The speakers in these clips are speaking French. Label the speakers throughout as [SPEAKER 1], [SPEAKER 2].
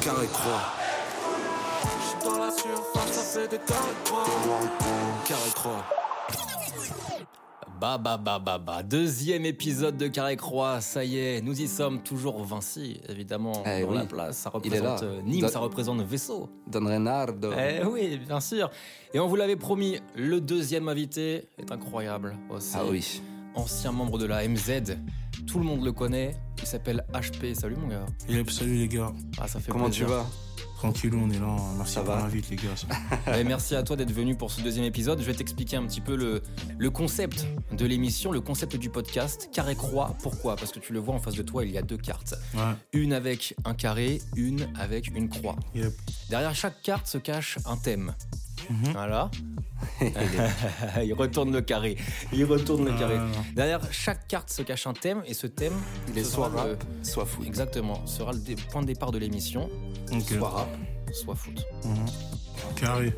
[SPEAKER 1] carré croix. J'suis dans la surface, ça fait des carrés croix. Carré croix.
[SPEAKER 2] Bah bah bah bah bah, deuxième épisode de Carré Croix, ça y est, nous y sommes, toujours Vinci, évidemment,
[SPEAKER 3] Eh
[SPEAKER 2] dans
[SPEAKER 3] oui.
[SPEAKER 2] la place, ça
[SPEAKER 3] Il est là.
[SPEAKER 2] représente euh, Nîmes,
[SPEAKER 3] Dans- Euh.
[SPEAKER 2] ça représente Vaisseau.
[SPEAKER 3] Don Renardo.
[SPEAKER 2] Eh oui, bien sûr. Et on vous l'avait promis, le deuxième invité est incroyable aussi.
[SPEAKER 3] Ah oui.
[SPEAKER 2] Ancien membre de la MZ, tout le monde le connaît, il s'appelle HP, salut mon gars.
[SPEAKER 4] Yep, salut les gars.
[SPEAKER 2] Ah ça fait
[SPEAKER 3] Comment tu
[SPEAKER 2] plaisir.
[SPEAKER 3] vas
[SPEAKER 4] Tranquillou, on est là. Merci
[SPEAKER 3] Ça
[SPEAKER 4] pour
[SPEAKER 3] va
[SPEAKER 4] l'invite, les gars.
[SPEAKER 2] Ouais, Eh, merci à toi d'être venu pour ce deuxième épisode. Je vais t'expliquer un petit peu le, le concept de l'émission, le concept du podcast. Carré croix, pourquoi Parce que tu le vois en face de toi, il y a deux cartes.
[SPEAKER 4] Ouais,
[SPEAKER 2] Une avec un carré, une avec une croix.
[SPEAKER 4] yep.
[SPEAKER 2] Derrière chaque carte se cache un thème.
[SPEAKER 4] Mhm.
[SPEAKER 2] Voilà. il retourne le carré. Il retourne
[SPEAKER 3] Ah.
[SPEAKER 2] le carré.
[SPEAKER 4] Euh,
[SPEAKER 2] Derrière chaque carte se cache un thème et ce thème,
[SPEAKER 3] Il est
[SPEAKER 2] ce
[SPEAKER 3] soit
[SPEAKER 2] sera
[SPEAKER 3] rap, soit foot.
[SPEAKER 2] exactement, sera le dé- point de départ de l'émission,
[SPEAKER 4] ok.
[SPEAKER 3] Soit rap.
[SPEAKER 2] soit foot.
[SPEAKER 4] Mhm. Carré.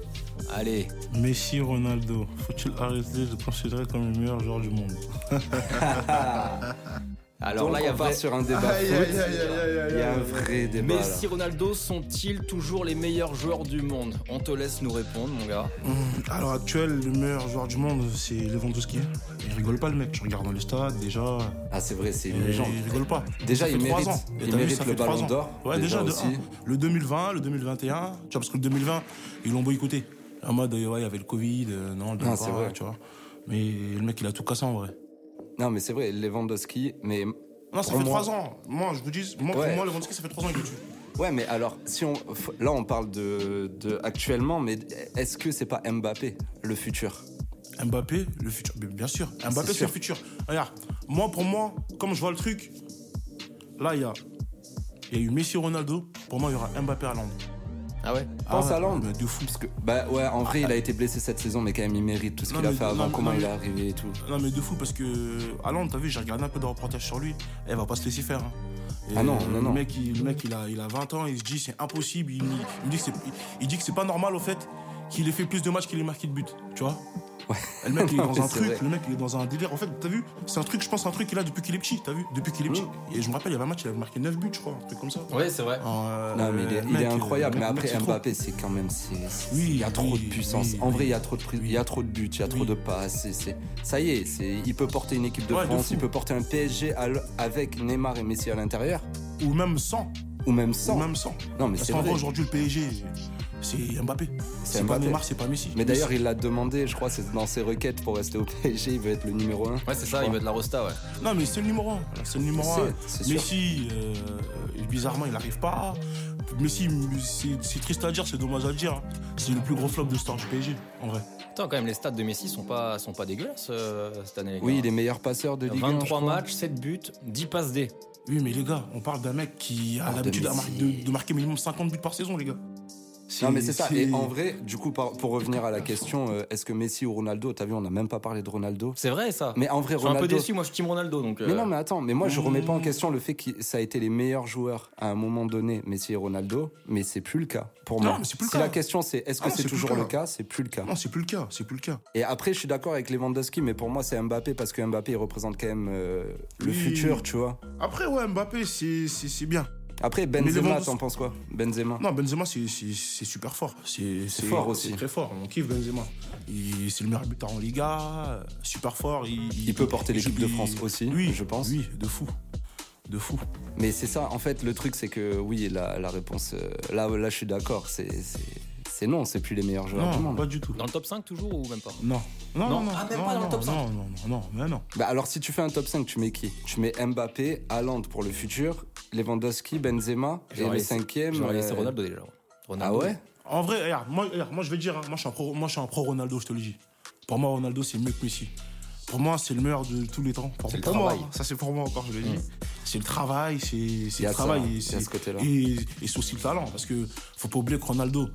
[SPEAKER 2] Allez,
[SPEAKER 4] Messi, Ronaldo. Faut-il arrêter de le considérer comme le meilleur joueur du monde
[SPEAKER 2] alors
[SPEAKER 3] Donc
[SPEAKER 2] là il y a
[SPEAKER 3] on part
[SPEAKER 2] vrai-
[SPEAKER 3] sur un débat
[SPEAKER 5] Aïe,
[SPEAKER 3] foot.
[SPEAKER 5] aïe, aïe, aïe, aïe,
[SPEAKER 3] Il y a un
[SPEAKER 5] aïe.
[SPEAKER 3] vrai débat. là.
[SPEAKER 2] Messi, Ronaldo sont-ils toujours les meilleurs joueurs du monde On te laisse nous répondre, mon gars.
[SPEAKER 4] Mhm. À l'heure actuelle, le meilleur joueur du monde, c'est Lewandowski. Il rigole pas, le mec. Tu regardes dans le stade, déjà.
[SPEAKER 3] Ah c'est vrai, c'est une
[SPEAKER 4] Il,
[SPEAKER 3] légende.
[SPEAKER 4] Eh, il rigole pas.
[SPEAKER 3] Déjà,
[SPEAKER 4] Ça
[SPEAKER 3] il
[SPEAKER 4] fait trois
[SPEAKER 3] mérite-
[SPEAKER 4] ans. Et
[SPEAKER 3] il
[SPEAKER 4] t'as vu,
[SPEAKER 3] mérite
[SPEAKER 4] ça
[SPEAKER 3] le
[SPEAKER 4] fait trois
[SPEAKER 3] Ballon
[SPEAKER 4] ans.
[SPEAKER 3] d'Or,
[SPEAKER 4] Ouais,
[SPEAKER 3] déjà
[SPEAKER 4] déjà, de
[SPEAKER 3] aussi.
[SPEAKER 4] un. Le 2020, le 2021. Tu vois, parce que le 2020, ils l'ont boycotté. En mode, euh, ouais, il y avait le Covid. euh, non, le
[SPEAKER 3] Ah, c'est
[SPEAKER 4] 2020,
[SPEAKER 3] vrai.
[SPEAKER 4] tu vois. Mais le mec, il a tout cassé en vrai.
[SPEAKER 3] Non mais c'est vrai, Lewandowski, mais
[SPEAKER 4] Non, ça
[SPEAKER 3] Pour
[SPEAKER 4] fait
[SPEAKER 3] moi-
[SPEAKER 4] 3 ans. Moi, je vous dis, moi,
[SPEAKER 3] Ouais.
[SPEAKER 4] pour moi, Lewandowski, ça fait 3 ans qu'il tue.
[SPEAKER 3] Ouais, mais alors, si on, f- là, on parle de, de actuellement, mais est-ce que c'est pas Mbappé, le futur
[SPEAKER 4] Mbappé, le futur. Mais Bien sûr, Mbappé, c'est
[SPEAKER 3] sûr.
[SPEAKER 4] le futur. Regarde, moi, pour moi, comme je vois le truc, là, il y a, il y a eu Messi Ronaldo. Pour moi, il y aura Mbappé à Londres.
[SPEAKER 2] Ah ouais
[SPEAKER 3] Pense
[SPEAKER 4] ouais,
[SPEAKER 3] à Londres.
[SPEAKER 4] mais De fou.
[SPEAKER 3] Parce que, bah ouais, en vrai, il a été blessé cette saison, mais quand même, il mérite tout ce
[SPEAKER 4] Non,
[SPEAKER 3] qu'il a
[SPEAKER 4] mais-
[SPEAKER 3] fait avant,
[SPEAKER 4] non,
[SPEAKER 3] comment
[SPEAKER 4] non,
[SPEAKER 3] il est
[SPEAKER 4] mais-
[SPEAKER 3] arrivé et tout.
[SPEAKER 4] Non, mais de fou, parce que à Londres, t'as vu, j'ai regardé un peu de reportages sur lui. Elle va pas se laisser faire. hein. Et
[SPEAKER 3] Ah non, non, non.
[SPEAKER 4] Le mec, il, le mec il, a, il a 20 ans, il se dit c'est impossible. Il, il dit que c'est- il dit que c'est pas normal au fait qu'il ait fait plus de matchs qu'il ait marqué de buts. Tu vois
[SPEAKER 3] Ouais.
[SPEAKER 4] Et Le mec, il est
[SPEAKER 3] Non, mais
[SPEAKER 4] dans un
[SPEAKER 3] c'est
[SPEAKER 4] truc,
[SPEAKER 3] vrai.
[SPEAKER 4] le mec, il est dans un délire. En fait, t'as vu C'est un truc, je pense, un truc qu'il a depuis qu'il est petit, t'as vu Depuis qu'il est petit.
[SPEAKER 3] Mm.
[SPEAKER 4] Et je me rappelle, il y avait un match, il avait marqué 9 buts, je crois, un truc comme ça.
[SPEAKER 2] Ouais, c'est vrai.
[SPEAKER 4] En, euh,
[SPEAKER 3] Non, mais il est,
[SPEAKER 4] le
[SPEAKER 3] il est
[SPEAKER 4] mec,
[SPEAKER 3] incroyable,
[SPEAKER 4] le
[SPEAKER 3] mais
[SPEAKER 4] mec, le mec,
[SPEAKER 3] après,
[SPEAKER 4] c'est trop.
[SPEAKER 3] Mbappé, c'est quand même. c'est- c'est-
[SPEAKER 4] Oui,
[SPEAKER 3] il y a trop
[SPEAKER 4] oui,
[SPEAKER 3] de puissance.
[SPEAKER 4] oui,
[SPEAKER 3] en vrai,
[SPEAKER 4] oui.
[SPEAKER 3] il y a trop de, prise- il y a trop de buts, il y a trop
[SPEAKER 4] Oui.
[SPEAKER 3] de passes. c'est- c'est- ça y est, c'est, il peut porter une équipe de
[SPEAKER 4] Ouais, de
[SPEAKER 3] France,
[SPEAKER 4] fou.
[SPEAKER 3] il peut porter un PSG à l- avec Neymar et Messi à l'intérieur,
[SPEAKER 4] Ou même 100.
[SPEAKER 3] ou même
[SPEAKER 4] Ou
[SPEAKER 3] sans.
[SPEAKER 4] même 100.
[SPEAKER 3] Non, mais
[SPEAKER 4] Parce
[SPEAKER 3] c'est
[SPEAKER 4] qu'en
[SPEAKER 3] vrai.
[SPEAKER 4] vrai, aujourd'hui, le PSG, c'est Mbappé. C'est pas
[SPEAKER 3] Mbappé.
[SPEAKER 4] Neymar, c'est pas Messi.
[SPEAKER 3] Mais d'ailleurs, il l'a demandé, je crois, c'est dans ses requêtes pour rester au PSG, il veut être le numéro 1.
[SPEAKER 2] Ouais, c'est ça, il veut de la rosta, ouais.
[SPEAKER 4] Non, mais c'est le numéro 1. C'est le numéro
[SPEAKER 3] C'est-
[SPEAKER 4] 1.
[SPEAKER 3] c'est sûr.
[SPEAKER 4] Messi, euh, bizarrement, il n'arrive pas. Messi, c'est- c'est triste à dire, c'est dommage à dire. hein. C'est le plus gros flop de l'histoire du PSG, en vrai.
[SPEAKER 2] Attends, quand même, les stats de Messi sont pas, sont pas dégueulasses euh, cette année. les
[SPEAKER 3] Oui,
[SPEAKER 2] gars.
[SPEAKER 3] il est meilleur passeur de Ligue 1.
[SPEAKER 2] 23 matchs, 7 buts, 10 passes D.
[SPEAKER 4] Oui, mais les gars, on parle d'un mec qui a
[SPEAKER 3] Ah, de
[SPEAKER 4] l'habitude à mar-
[SPEAKER 3] Messi.
[SPEAKER 4] de, de marquer minimum 50 buts par saison, les gars.
[SPEAKER 3] Non, mais c'est ça. Et en vrai, du coup, par- pour revenir à la question, euh, est-ce que Messi ou Ronaldo, t'as vu, on n'a même pas parlé de Ronaldo.
[SPEAKER 2] C'est vrai, ça.
[SPEAKER 3] Mais en vrai,
[SPEAKER 2] je suis un
[SPEAKER 3] Ronaldo.
[SPEAKER 2] peu déçu, moi, je suis Team Ronaldo, donc.
[SPEAKER 3] Mais
[SPEAKER 2] euh,
[SPEAKER 3] non, mais attends, mais moi, je remets pas en question le fait que ça a été les meilleurs joueurs à un moment donné, Messi et Ronaldo, mais c'est plus le cas pour
[SPEAKER 4] Non,
[SPEAKER 3] moi.
[SPEAKER 4] mais c'est plus le
[SPEAKER 3] si
[SPEAKER 4] cas.
[SPEAKER 3] la question c'est est-ce que
[SPEAKER 4] Ah non,
[SPEAKER 3] c'est
[SPEAKER 4] c'est plus
[SPEAKER 3] toujours
[SPEAKER 4] le
[SPEAKER 3] le
[SPEAKER 4] cas.
[SPEAKER 3] cas, c'est plus le cas.
[SPEAKER 4] Non, c'est plus le cas, c'est plus le cas.
[SPEAKER 3] Et après, je suis d'accord avec Lewandowski, mais pour moi, c'est Mbappé parce que Mbappé, il représente quand même euh, le
[SPEAKER 4] Oui.
[SPEAKER 3] futur, tu vois.
[SPEAKER 4] Après, ouais, Mbappé, c'est- c'est c'est bien.
[SPEAKER 3] Après, Benzema,
[SPEAKER 4] Lewandowski-
[SPEAKER 3] t'en penses quoi Benzema
[SPEAKER 4] Non, Benzema, c'est c'est- c'est super fort. C'est c'est-
[SPEAKER 3] fort aussi.
[SPEAKER 4] C'est très fort. On kiffe Benzema. Il- C'est le meilleur buteur en Liga. Super fort. Il,
[SPEAKER 3] Il peut porter l'équipe de France aussi,
[SPEAKER 4] oui,
[SPEAKER 3] je pense.
[SPEAKER 4] Oui, de fou. De fou.
[SPEAKER 3] Mais c'est ça, en fait, le truc, c'est que oui, la, la réponse. euh, Là, là, je suis d'accord, c'est. c'est- C'est non, c'est plus les meilleurs joueurs du
[SPEAKER 4] Non,
[SPEAKER 3] monde.
[SPEAKER 4] pas du tout.
[SPEAKER 2] Dans le top 5 toujours ou même pas
[SPEAKER 4] Non.
[SPEAKER 2] Non.
[SPEAKER 4] Non, non, non.
[SPEAKER 2] Ah, même
[SPEAKER 4] non,
[SPEAKER 2] pas dans le
[SPEAKER 4] non,
[SPEAKER 2] top 5.
[SPEAKER 4] Non, non, non, non, mais non.
[SPEAKER 3] Bah alors si tu fais un top 5, tu mets qui Tu mets Mbappé, Haaland pour le futur, Lewandowski, Benzema, et
[SPEAKER 2] J'aurais
[SPEAKER 3] le
[SPEAKER 2] laissé-
[SPEAKER 3] cinquième...
[SPEAKER 2] J'aurais laissé
[SPEAKER 3] euh,
[SPEAKER 2] Ronaldo déjà.
[SPEAKER 3] Ah
[SPEAKER 2] Ronaldo.
[SPEAKER 3] ouais
[SPEAKER 4] En vrai, regarde, moi, regarde, moi je vais te dire, hein, moi, je suis un pro, moi je suis un pro Ronaldo, je te le dis. Pour moi, Ronaldo, c'est mieux que Messi. Pour moi, c'est le meilleur de tous les temps. Pour,
[SPEAKER 2] C'est le
[SPEAKER 4] pour moi,
[SPEAKER 2] travail.
[SPEAKER 4] hein, ça c'est pour moi encore, je le dis. C'est le travail, c'est
[SPEAKER 3] Mm. Il
[SPEAKER 4] c'est
[SPEAKER 3] y a
[SPEAKER 4] le
[SPEAKER 3] de ça,
[SPEAKER 4] travail.
[SPEAKER 3] hein,
[SPEAKER 4] et
[SPEAKER 3] il y a
[SPEAKER 4] c'est-
[SPEAKER 3] ce côté-là.
[SPEAKER 4] Et, et c'est aussi le talent, parce que faut pas oublier que Ronaldo,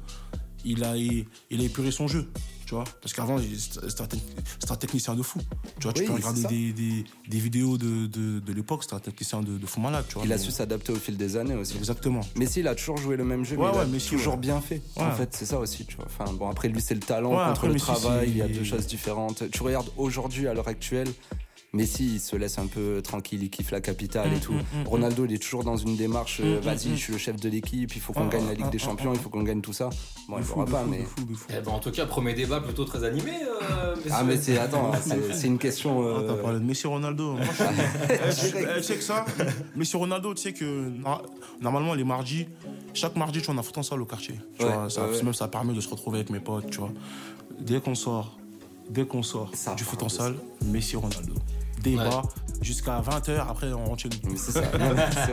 [SPEAKER 4] il a, il, a épuré son jeu. Tu vois Parce qu'avant, il- c'était un, tec- c'était un technicien de fou. Tu vois, tu
[SPEAKER 3] Oui,
[SPEAKER 4] peux
[SPEAKER 3] c'est
[SPEAKER 4] regarder
[SPEAKER 3] ça.
[SPEAKER 4] des, des- des vidéos de, de, de l'époque, c'était un technicien de, de fou malade. Tu vois,
[SPEAKER 3] Il a
[SPEAKER 4] Mais-
[SPEAKER 3] su s'adapter au fil des années aussi.
[SPEAKER 4] Exactement.
[SPEAKER 3] Messi, il a toujours joué le même jeu,
[SPEAKER 4] Ouais,
[SPEAKER 3] mais il a
[SPEAKER 4] ouais, Messi,
[SPEAKER 3] toujours
[SPEAKER 4] ouais.
[SPEAKER 3] bien fait. En
[SPEAKER 4] Ouais.
[SPEAKER 3] fait, c'est ça aussi, tu vois. Enfin, bon, après, lui, c'est le talent
[SPEAKER 4] Ouais,
[SPEAKER 3] contre
[SPEAKER 4] après,
[SPEAKER 3] le
[SPEAKER 4] Messi,
[SPEAKER 3] travail, il y a
[SPEAKER 4] c'est-
[SPEAKER 3] deux choses différentes. Tu regardes aujourd'hui, à l'heure actuelle, Messi, il se laisse un peu tranquille, il kiffe la capitale
[SPEAKER 4] Mm,
[SPEAKER 3] et tout. Ronaldo, il est toujours dans une démarche euh, vas-y, je suis le chef de l'équipe, il faut qu'on
[SPEAKER 4] Ah,
[SPEAKER 3] gagne
[SPEAKER 4] ah,
[SPEAKER 3] la Ligue des
[SPEAKER 4] ah,
[SPEAKER 3] Champions, il faut qu'on gagne tout ça. Bon, il
[SPEAKER 4] De
[SPEAKER 3] faudra
[SPEAKER 4] fou, de
[SPEAKER 3] pas,
[SPEAKER 4] fou,
[SPEAKER 3] mais.
[SPEAKER 4] de fou, de fou.
[SPEAKER 2] Eh ben, en tout cas, premier débat plutôt très animé. euh,
[SPEAKER 3] Ah,
[SPEAKER 2] messieurs.
[SPEAKER 3] mais c'est. Attends, c'est c'est une question.
[SPEAKER 4] Ah, t'as
[SPEAKER 3] euh,
[SPEAKER 4] parlé de Messi Ronaldo. Moi, je- Eh, Tu sais que ça, Messi Ronaldo, tu sais que na- normalement les mardis, chaque mardi, tu vois, on a foutu ça au quartier. Tu
[SPEAKER 3] Ouais,
[SPEAKER 4] vois, ça,
[SPEAKER 3] ouais, ouais.
[SPEAKER 4] même ça permet de se retrouver avec mes potes, tu vois. Dès qu'on sort, dès qu'on sort
[SPEAKER 3] Ça
[SPEAKER 4] du foot
[SPEAKER 3] parle
[SPEAKER 4] en
[SPEAKER 3] de
[SPEAKER 4] salle, Messi Ronaldo. Débat jusqu'à 20h, après on rentre chez nous.
[SPEAKER 3] Mais c'est ça, Non, mais c'est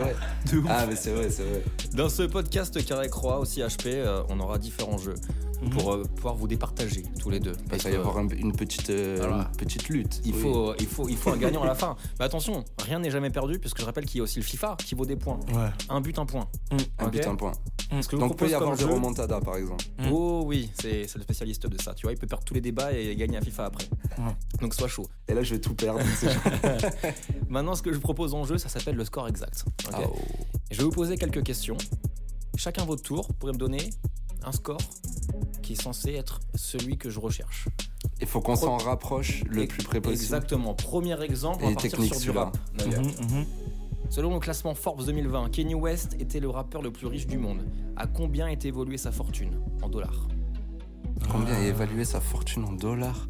[SPEAKER 3] vrai. Ah, mais c'est vrai, c'est vrai.
[SPEAKER 2] Dans ce podcast Carré Croix, aussi HP, euh, on aura différents jeux pour euh, pouvoir vous départager tous les deux.
[SPEAKER 3] Il
[SPEAKER 2] Parce
[SPEAKER 3] va y
[SPEAKER 2] que,
[SPEAKER 3] avoir un- une, petite, euh,
[SPEAKER 2] Voilà.
[SPEAKER 3] une petite lutte.
[SPEAKER 2] Il
[SPEAKER 3] Oui.
[SPEAKER 2] faut, il, faut, il faut un gagnant à la fin. Mais attention, rien n'est jamais perdu, puisque je rappelle qu'il y a aussi le FIFA qui vaut des points.
[SPEAKER 4] Ouais.
[SPEAKER 2] Un but, un point.
[SPEAKER 3] un
[SPEAKER 2] Ok.
[SPEAKER 3] but, un point.
[SPEAKER 2] Ce que je vous
[SPEAKER 3] Donc, peut
[SPEAKER 2] propose
[SPEAKER 3] y avoir
[SPEAKER 2] comme
[SPEAKER 3] des
[SPEAKER 2] jeu-
[SPEAKER 3] remontadas, par exemple.
[SPEAKER 2] Oh oui, c'est c'est le spécialiste de ça. Tu vois, il peut perdre tous les débats et gagner à FIFA après.
[SPEAKER 4] Ouais.
[SPEAKER 2] Donc sois chaud.
[SPEAKER 3] Et là, je vais tout perdre. c'est genre-
[SPEAKER 2] Maintenant, ce que je propose en jeu, ça s'appelle le score exact. ok
[SPEAKER 3] Ah, oh.
[SPEAKER 2] Je vais vous poser quelques questions. Chacun votre tour pourrait me donner un score qui est censé être celui que je recherche.
[SPEAKER 3] Il faut qu'on s'en rapproche le plus près possible.
[SPEAKER 2] Exactement. Premier exemple, on
[SPEAKER 3] Et
[SPEAKER 2] va partir
[SPEAKER 3] technique,
[SPEAKER 2] sur du
[SPEAKER 3] celui-là.
[SPEAKER 2] rap. d'ailleurs.
[SPEAKER 4] Mhm, mhm.
[SPEAKER 2] Selon le classement Forbes 2020, Kanye West était le rappeur le plus riche du monde. À combien est évoluée sa fortune en dollars
[SPEAKER 3] Combien est évalué sa fortune en dollars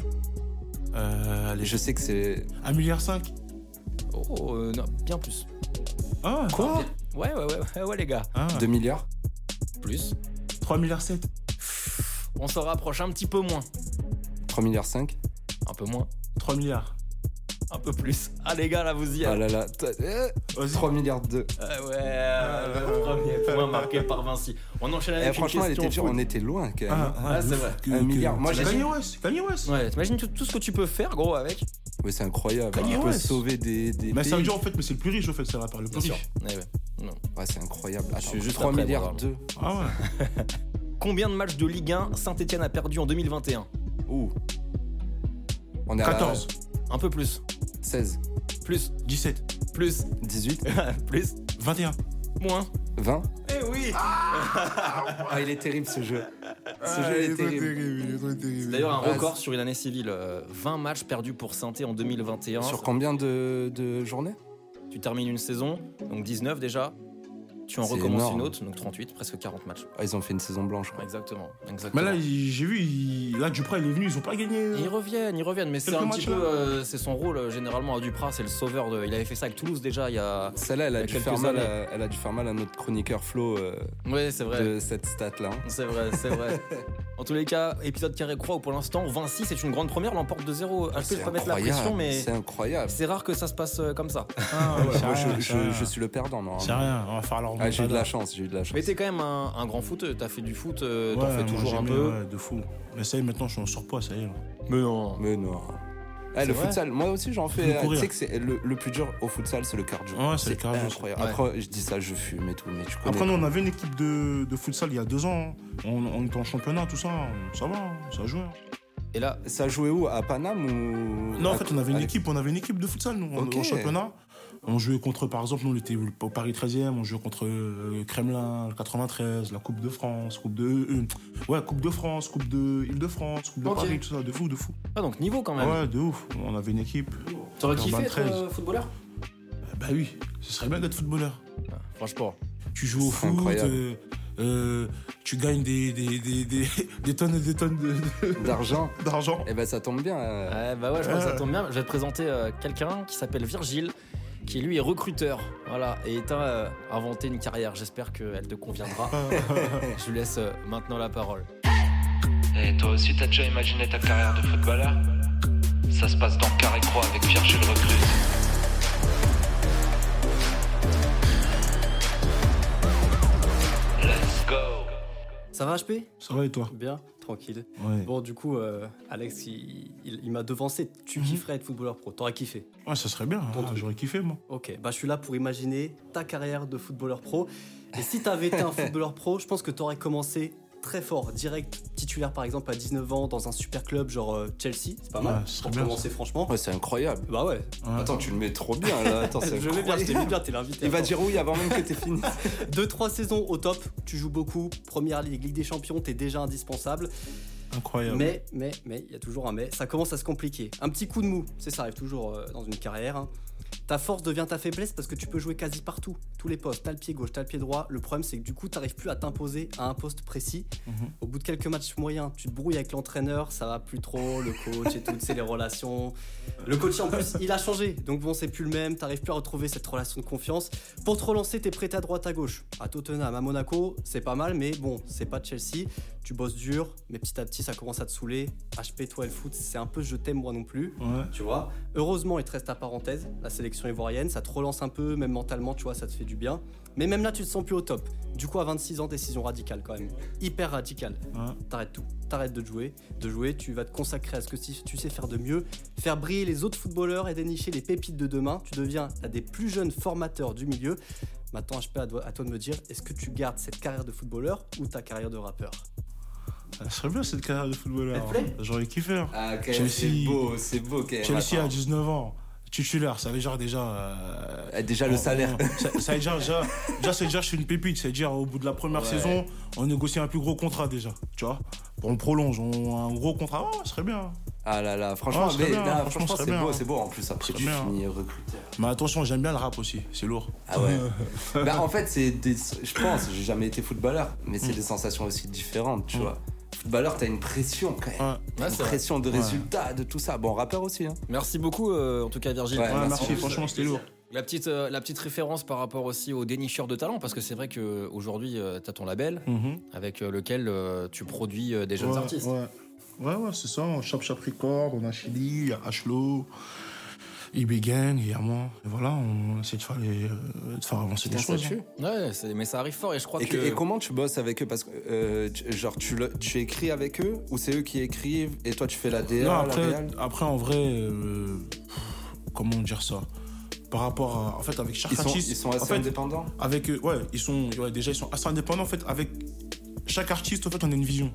[SPEAKER 4] Euh, allez,
[SPEAKER 3] Je sais que c'est.
[SPEAKER 4] 1,5 milliard. cinq.
[SPEAKER 2] Oh, euh, non, bien plus.
[SPEAKER 4] Ah, quoi
[SPEAKER 2] Ouais, ouais, ouais, ouais, ouais, les gars.
[SPEAKER 4] ah,
[SPEAKER 3] 2 milliards
[SPEAKER 2] Plus.
[SPEAKER 4] 3 milliards 7.
[SPEAKER 2] On s'en rapproche un petit peu moins.
[SPEAKER 3] 3 milliards 5
[SPEAKER 2] Un peu moins.
[SPEAKER 4] 3 milliards.
[SPEAKER 2] Un peu plus. Ah, les gars, là, vous y
[SPEAKER 3] Ah
[SPEAKER 2] êtes.
[SPEAKER 3] là là. t'as- eh,
[SPEAKER 4] Vas-y.
[SPEAKER 3] 3 milliards 2.
[SPEAKER 2] Euh, ouais, le premier point marqué par Vinci. On enchaîne avec
[SPEAKER 3] Eh, franchement,
[SPEAKER 2] une
[SPEAKER 3] elle
[SPEAKER 2] question
[SPEAKER 3] était dure.
[SPEAKER 2] foot.
[SPEAKER 3] On était loin quand même.
[SPEAKER 4] Ah, ah,
[SPEAKER 2] Ah,
[SPEAKER 4] de
[SPEAKER 2] c'est
[SPEAKER 4] ouf.
[SPEAKER 2] vrai.
[SPEAKER 4] Que-
[SPEAKER 3] Un
[SPEAKER 4] que-
[SPEAKER 3] milliard. Moi, j'ai-
[SPEAKER 4] Kanye West. Kanye West.
[SPEAKER 2] Ouais, t'imagines tout, tout ce que tu peux faire, gros, avec
[SPEAKER 3] Oui, c'est incroyable.
[SPEAKER 4] Kanye
[SPEAKER 3] On peut
[SPEAKER 4] West.
[SPEAKER 3] sauver des, des
[SPEAKER 4] Mais ça veut
[SPEAKER 3] pays.
[SPEAKER 4] dire en fait, mais c'est le plus riche au fait, ça va par le plus riche.
[SPEAKER 2] Eh Ouais, ouais.
[SPEAKER 3] Ouais, c'est incroyable. Attends,
[SPEAKER 2] Je suis juste
[SPEAKER 3] 3
[SPEAKER 2] après,
[SPEAKER 3] milliards
[SPEAKER 2] moi,
[SPEAKER 3] 2.
[SPEAKER 4] Ah ouais.
[SPEAKER 3] Euh,
[SPEAKER 2] Combien de matchs de Ligue 1 Saint-Etienne a perdu en 2021
[SPEAKER 3] Ouh. On est
[SPEAKER 4] 14,
[SPEAKER 2] Un peu plus.
[SPEAKER 3] à 16,
[SPEAKER 2] Plus.
[SPEAKER 4] 17,
[SPEAKER 2] Plus.
[SPEAKER 3] 18,
[SPEAKER 2] plus.
[SPEAKER 4] 21.
[SPEAKER 2] Moins.
[SPEAKER 3] 20.
[SPEAKER 2] Eh oui
[SPEAKER 3] Ah, il est terrible ce jeu. Ce
[SPEAKER 4] Ah,
[SPEAKER 3] jeu Ah, il est terrible.
[SPEAKER 2] D'ailleurs, un
[SPEAKER 3] Ouais,
[SPEAKER 2] record sur une année civile. euh, 20 matchs perdus pour Saint-Etienne en 2021.
[SPEAKER 3] Sur combien de, de journées
[SPEAKER 2] Tu termines une saison, donc 19 déjà. Tu en
[SPEAKER 3] C'est
[SPEAKER 2] recommences
[SPEAKER 3] énorme.
[SPEAKER 2] une autre, donc 38, presque 40 matchs.
[SPEAKER 3] ah, Ils ont fait une saison blanche. quoi.
[SPEAKER 2] Exactement.
[SPEAKER 4] Mais
[SPEAKER 2] exactement.
[SPEAKER 4] là, il- j'ai vu, il- là, Duprat, il est venu, ils ont pas gagné.
[SPEAKER 2] Et ils reviennent, ils reviennent, mais c'est
[SPEAKER 4] Quelques
[SPEAKER 2] un petit
[SPEAKER 4] matchs,
[SPEAKER 2] peu, euh, c'est son rôle euh, généralement à Duprat, c'est le sauveur. De, il avait fait ça avec Toulouse déjà il y a.
[SPEAKER 3] Celle-là, elle,
[SPEAKER 2] Il y
[SPEAKER 3] a
[SPEAKER 2] a
[SPEAKER 3] dû
[SPEAKER 2] quelques
[SPEAKER 3] faire mal
[SPEAKER 2] années.
[SPEAKER 3] à- elle a dû faire mal à notre chroniqueur Flo euh,
[SPEAKER 2] Ouais, c'est vrai,
[SPEAKER 3] de cette stat-là. hein.
[SPEAKER 2] c'est vrai, c'est vrai. en tous les cas, épisode carré croix où pour l'instant 26 c'est une grande première, l'emporte de 0 HP, je
[SPEAKER 3] C'est
[SPEAKER 2] peux pas mettre la pression,
[SPEAKER 3] incroyable.
[SPEAKER 2] mais
[SPEAKER 3] C'est incroyable.
[SPEAKER 2] c'est rare que ça se passe euh, comme ça.
[SPEAKER 4] Ah, ouais, c'est
[SPEAKER 3] Moi,
[SPEAKER 4] rien,
[SPEAKER 3] je,
[SPEAKER 4] c'est
[SPEAKER 3] je-
[SPEAKER 4] rien.
[SPEAKER 3] je suis le perdant, non hein.
[SPEAKER 4] C'est rien, on va faire leur
[SPEAKER 3] Ah, j'ai eu de la
[SPEAKER 4] remontada.
[SPEAKER 3] chance, j'ai eu de la chance.
[SPEAKER 2] Mais t'es quand même un, un grand foot, t'as fait du foot, euh,
[SPEAKER 4] Ouais,
[SPEAKER 2] t'en fais
[SPEAKER 4] moi,
[SPEAKER 2] toujours
[SPEAKER 4] j'ai
[SPEAKER 2] un
[SPEAKER 4] mis,
[SPEAKER 2] peu.
[SPEAKER 4] ouais, de fou. Mais ça y est, maintenant, je suis en surpoids, ça y est. là.
[SPEAKER 2] Mais non.
[SPEAKER 3] Mais non. Eh, le
[SPEAKER 2] vrai
[SPEAKER 3] futsal, moi aussi j'en
[SPEAKER 4] Faut
[SPEAKER 3] fais. euh, Tu
[SPEAKER 4] courir.
[SPEAKER 3] sais que c'est le, le plus dur au futsal, c'est le cardio.
[SPEAKER 4] Ouais, c'est le cardio,
[SPEAKER 3] incroyable.
[SPEAKER 2] ouais.
[SPEAKER 3] Après, je dis ça, je fume et tout, mais tu connais.
[SPEAKER 4] Après, nous, on avait une équipe de, de futsal il y a deux ans. hein. On, on était en championnat, tout ça. on- Ça va, hein, ça jouait.
[SPEAKER 2] Et là,
[SPEAKER 3] Ça jouait où À Paname ou
[SPEAKER 4] Non, en
[SPEAKER 3] à-
[SPEAKER 4] fait, on avait une
[SPEAKER 3] à-
[SPEAKER 4] équipe, on avait une équipe de futsal, nous, en-
[SPEAKER 3] Ok.
[SPEAKER 4] en championnat. On jouait contre, par exemple, nous, on était au Paris 13e, on jouait contre euh, Kremlin, le 93, la Coupe de France, Coupe de. euh, ouais, Coupe de France, Coupe de Île-de-France, Coupe de
[SPEAKER 2] Ok.
[SPEAKER 4] Paris, tout ça, de fou, de fou.
[SPEAKER 2] ah, donc niveau quand
[SPEAKER 4] Ouais.
[SPEAKER 2] même.
[SPEAKER 4] de ouf, on avait une équipe.
[SPEAKER 2] T'aurais
[SPEAKER 4] Urban
[SPEAKER 2] kiffé être
[SPEAKER 4] 13.
[SPEAKER 2] euh, footballeur
[SPEAKER 4] Euh, Bah oui, ce serait bien d'être footballeur.
[SPEAKER 2] Franchement.
[SPEAKER 4] Tu joues au
[SPEAKER 3] C'est
[SPEAKER 4] foot,
[SPEAKER 3] incroyable.
[SPEAKER 4] euh, euh, tu gagnes des, des, des, des, des tonnes et des tonnes de-
[SPEAKER 3] d'argent.
[SPEAKER 4] de- d'argent.
[SPEAKER 3] Eh ben ça tombe bien. euh,
[SPEAKER 2] Ouais, bah ouais, je crois que ça tombe bien. Je vais te présenter euh, quelqu'un qui s'appelle Virgile, qui lui est recruteur. Voilà, et t'as euh, inventé une carrière. J'espère qu'elle te conviendra. je lui laisse euh, maintenant la parole.
[SPEAKER 5] Et toi aussi, t'as déjà imaginé ta carrière de footballeur Ça se passe dans Carré Croix avec Pierre Gilles Recrute. Let's go
[SPEAKER 6] Ça va HP
[SPEAKER 4] Ça va et toi
[SPEAKER 6] Bien, tranquille.
[SPEAKER 4] Ouais,
[SPEAKER 6] Bon, du coup, euh, Alex, il, il- il m'a devancé. Tu
[SPEAKER 4] Mhm.
[SPEAKER 6] kifferais être footballeur pro, t'aurais kiffé.
[SPEAKER 4] ouais ça serait bien,
[SPEAKER 6] Ton
[SPEAKER 4] Ah,
[SPEAKER 6] truc.
[SPEAKER 4] j'aurais kiffé, moi.
[SPEAKER 6] Ok, bah je suis là pour imaginer ta carrière de footballeur pro. Et si t'avais été un footballeur pro, je pense que t'aurais commencé très fort, direct titulaire par exemple à 19 ans dans un super club genre euh, Chelsea, c'est pas mal.
[SPEAKER 4] Ouais, ce serait
[SPEAKER 6] pour
[SPEAKER 4] bien,
[SPEAKER 6] commencer franchement.
[SPEAKER 3] ouais, c'est incroyable.
[SPEAKER 6] Bah ouais,
[SPEAKER 4] Ouais.
[SPEAKER 3] Attends, tu le mets trop bien là. Attends, Oh, c'est
[SPEAKER 6] je vais bien, je t'ai mis
[SPEAKER 3] incroyable.
[SPEAKER 6] bien, t'es l'invité.
[SPEAKER 3] Il va
[SPEAKER 6] attends.
[SPEAKER 3] dire oui avant même que t'aies fini.
[SPEAKER 6] Deux, trois saisons au top, tu joues beaucoup, première ligue, Ligue des Champions, t'es déjà indispensable.
[SPEAKER 4] Incroyable.
[SPEAKER 6] Mais, mais, mais, il y a toujours un mais, ça commence à se compliquer. Un petit coup de mou, c'est ça arrive toujours euh, dans une carrière. hein. Ta force devient ta faiblesse parce que tu peux jouer quasi partout, tous les postes, t'as le pied gauche, t'as le pied droit. Le problème, c'est que du coup, t'arrives plus à t'imposer à un poste précis.
[SPEAKER 4] Mhm.
[SPEAKER 6] Au bout de quelques matchs moyens, tu te brouilles avec l'entraîneur, ça va plus trop, le coach et tout, c'est les relations. Le coach, en plus, il a changé, donc bon, c'est plus le même, t'arrives plus à retrouver cette relation de confiance. Pour te relancer, t'es prêt à droite à gauche. À Tottenham, à Monaco, c'est pas mal, mais bon, c'est pas Chelsea. Tu bosses dur, mais petit à petit, ça commence à te saouler. HP, toi, le foot, c'est un peu je t'aime moi non plus.
[SPEAKER 4] Ouais.
[SPEAKER 6] Tu vois, heureusement, il te reste ta parenthèse, la sélection ivoirienne, ça te relance un peu, même mentalement, tu vois, ça te fait du bien. Mais même là, tu te sens plus au top. Du coup, à 26 ans, décision radicale quand même. Hyper radicale.
[SPEAKER 4] Ouais.
[SPEAKER 6] T'arrêtes tout. T'arrêtes de jouer. De jouer, tu vas te consacrer à ce que si- tu sais faire de mieux, faire briller les autres footballeurs et dénicher les pépites de demain. Tu deviens l'un des plus jeunes formateurs du milieu. Maintenant, HP, à toi- à toi de me dire, est-ce que tu gardes cette carrière de footballeur ou ta carrière de rappeur
[SPEAKER 4] Ça Ah, serait bien cette carrière de footballeur.
[SPEAKER 6] Elle te plaît
[SPEAKER 4] J'aurais kiffé. hein.
[SPEAKER 3] Ah, quand même,
[SPEAKER 4] Chelsea.
[SPEAKER 3] c'est beau, c'est beau. quand même.
[SPEAKER 4] Chelsea
[SPEAKER 3] Attends.
[SPEAKER 4] à 19 ans, titulaire, ça veut dire déjà. euh,
[SPEAKER 3] Eh, déjà le
[SPEAKER 4] bon,
[SPEAKER 3] salaire.
[SPEAKER 4] bon, Ça, ça veut dire déjà, déjà, c'est déjà, je suis une pépite. C'est dire au bout de la première
[SPEAKER 3] Ouais.
[SPEAKER 4] saison, on négocie un plus gros contrat déjà. Tu vois Bon, on le prolonge, on un gros contrat. Ouais, ouais, ce serait bien. hein.
[SPEAKER 3] Ah là là, franchement,
[SPEAKER 4] Ouais, c'est
[SPEAKER 3] mais,
[SPEAKER 4] Oh, bien,
[SPEAKER 3] non,
[SPEAKER 4] franchement,
[SPEAKER 3] franchement,
[SPEAKER 4] c'est
[SPEAKER 3] c'est
[SPEAKER 4] bien.
[SPEAKER 3] beau, c'est beau. En plus, après,
[SPEAKER 4] C'est
[SPEAKER 3] tu
[SPEAKER 4] bien. hein.
[SPEAKER 3] finis recruteur.
[SPEAKER 4] Mais attention, j'aime bien le rap aussi, c'est lourd.
[SPEAKER 3] Ah ouais. bah, en fait, c'est des... je pense, j'ai jamais été footballeur, mais
[SPEAKER 4] Mm.
[SPEAKER 3] c'est des sensations aussi différentes, tu vois. Footballeur, t'as une pression quand même.
[SPEAKER 4] Ouais.
[SPEAKER 2] Ouais,
[SPEAKER 3] une
[SPEAKER 2] c'est vrai.
[SPEAKER 3] pression de
[SPEAKER 4] Ouais.
[SPEAKER 3] résultats, de tout ça. Bon, rappeur aussi. Hein.
[SPEAKER 2] Merci beaucoup, euh, en tout cas, Virgile.
[SPEAKER 3] Ouais,
[SPEAKER 4] Ouais,
[SPEAKER 3] eh, merci.
[SPEAKER 4] merci, franchement, c'était lourd.
[SPEAKER 2] La petite, euh, la petite référence par rapport aussi aux dénicheurs de talent, parce que c'est vrai qu'aujourd'hui, tu as ton label
[SPEAKER 4] Mhm.
[SPEAKER 2] avec euh, lequel euh, tu produis euh, des jeunes
[SPEAKER 4] ouais,
[SPEAKER 2] artistes.
[SPEAKER 4] Ouais, ouais, ouais, c'est ça. On chope Chap Record, on a Chili, il y a Ashlo, Ibegen, Yerman. Et voilà, on essaie de faire, les, euh, de faire avancer des
[SPEAKER 3] Bien
[SPEAKER 4] choses.
[SPEAKER 3] statué.
[SPEAKER 4] hein.
[SPEAKER 2] Ouais, c'est- mais ça arrive fort et je crois
[SPEAKER 3] Et,
[SPEAKER 2] que.
[SPEAKER 3] que- et comment tu bosses avec eux Parce que, euh, tu- genre, tu, le- tu écris avec eux ou c'est eux qui écrivent et toi tu fais la DA
[SPEAKER 4] Non,
[SPEAKER 3] la
[SPEAKER 4] après,
[SPEAKER 3] réal
[SPEAKER 4] après, en vrai, euh, comment dire ça Par rapport à. En fait, avec chaque
[SPEAKER 3] ils sont,
[SPEAKER 4] artiste.
[SPEAKER 3] ils sont assez
[SPEAKER 4] en fait,
[SPEAKER 3] indépendants
[SPEAKER 4] avec euh, ouais ils sont ouais, déjà ils sont assez indépendants en fait avec chaque artiste en fait on a une vision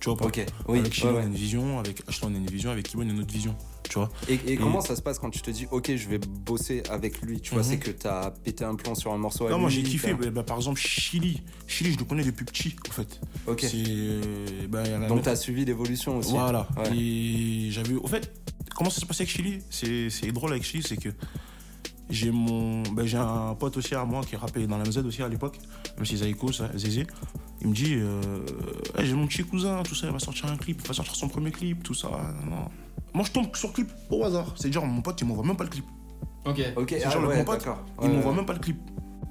[SPEAKER 4] tu vois pas
[SPEAKER 3] Ok, oui.
[SPEAKER 4] avec Chino
[SPEAKER 3] ouais, ouais.
[SPEAKER 4] on a une vision avec Ashley on a une vision avec Kibon on a une autre vision tu vois
[SPEAKER 3] Et, et comment ça se passe quand tu te dis, ok, je vais bosser avec lui Tu vois,
[SPEAKER 4] Mhm.
[SPEAKER 3] c'est que t'as pété un plan sur un morceau. à
[SPEAKER 4] non moi
[SPEAKER 3] lui,
[SPEAKER 4] j'ai kiffé
[SPEAKER 3] t'as-
[SPEAKER 4] bah, bah, par exemple Chili Chili je le connais depuis petit en fait
[SPEAKER 3] Ok.
[SPEAKER 4] c'est euh, bah, il y en a
[SPEAKER 3] Donc
[SPEAKER 4] même-
[SPEAKER 3] t'as suivi l'évolution aussi.
[SPEAKER 4] Voilà.
[SPEAKER 3] Ouais.
[SPEAKER 4] Et j'avais. En fait, comment ça s'est passé avec Chili C'est c'est drôle avec Chili, c'est que j'ai mon. ben, j'ai un pote aussi à moi qui rappait dans la MZ aussi à l'époque, même si Zaiko, ça, Zézé. Il me dit euh, Eh, J'ai mon petit cousin, tout ça, il va sortir un clip, il va sortir son premier clip, tout ça. Non. Moi, je tombe sur le clip au hasard. C'est genre, mon pote, il m'envoie même pas le clip.
[SPEAKER 2] Ok.
[SPEAKER 3] Ok,
[SPEAKER 4] C'est
[SPEAKER 3] ah
[SPEAKER 4] genre le
[SPEAKER 3] ouais,
[SPEAKER 4] grand pote,
[SPEAKER 3] d'accord.
[SPEAKER 4] Il
[SPEAKER 3] Ouais,
[SPEAKER 4] m'envoie
[SPEAKER 3] ouais.
[SPEAKER 4] même pas le clip.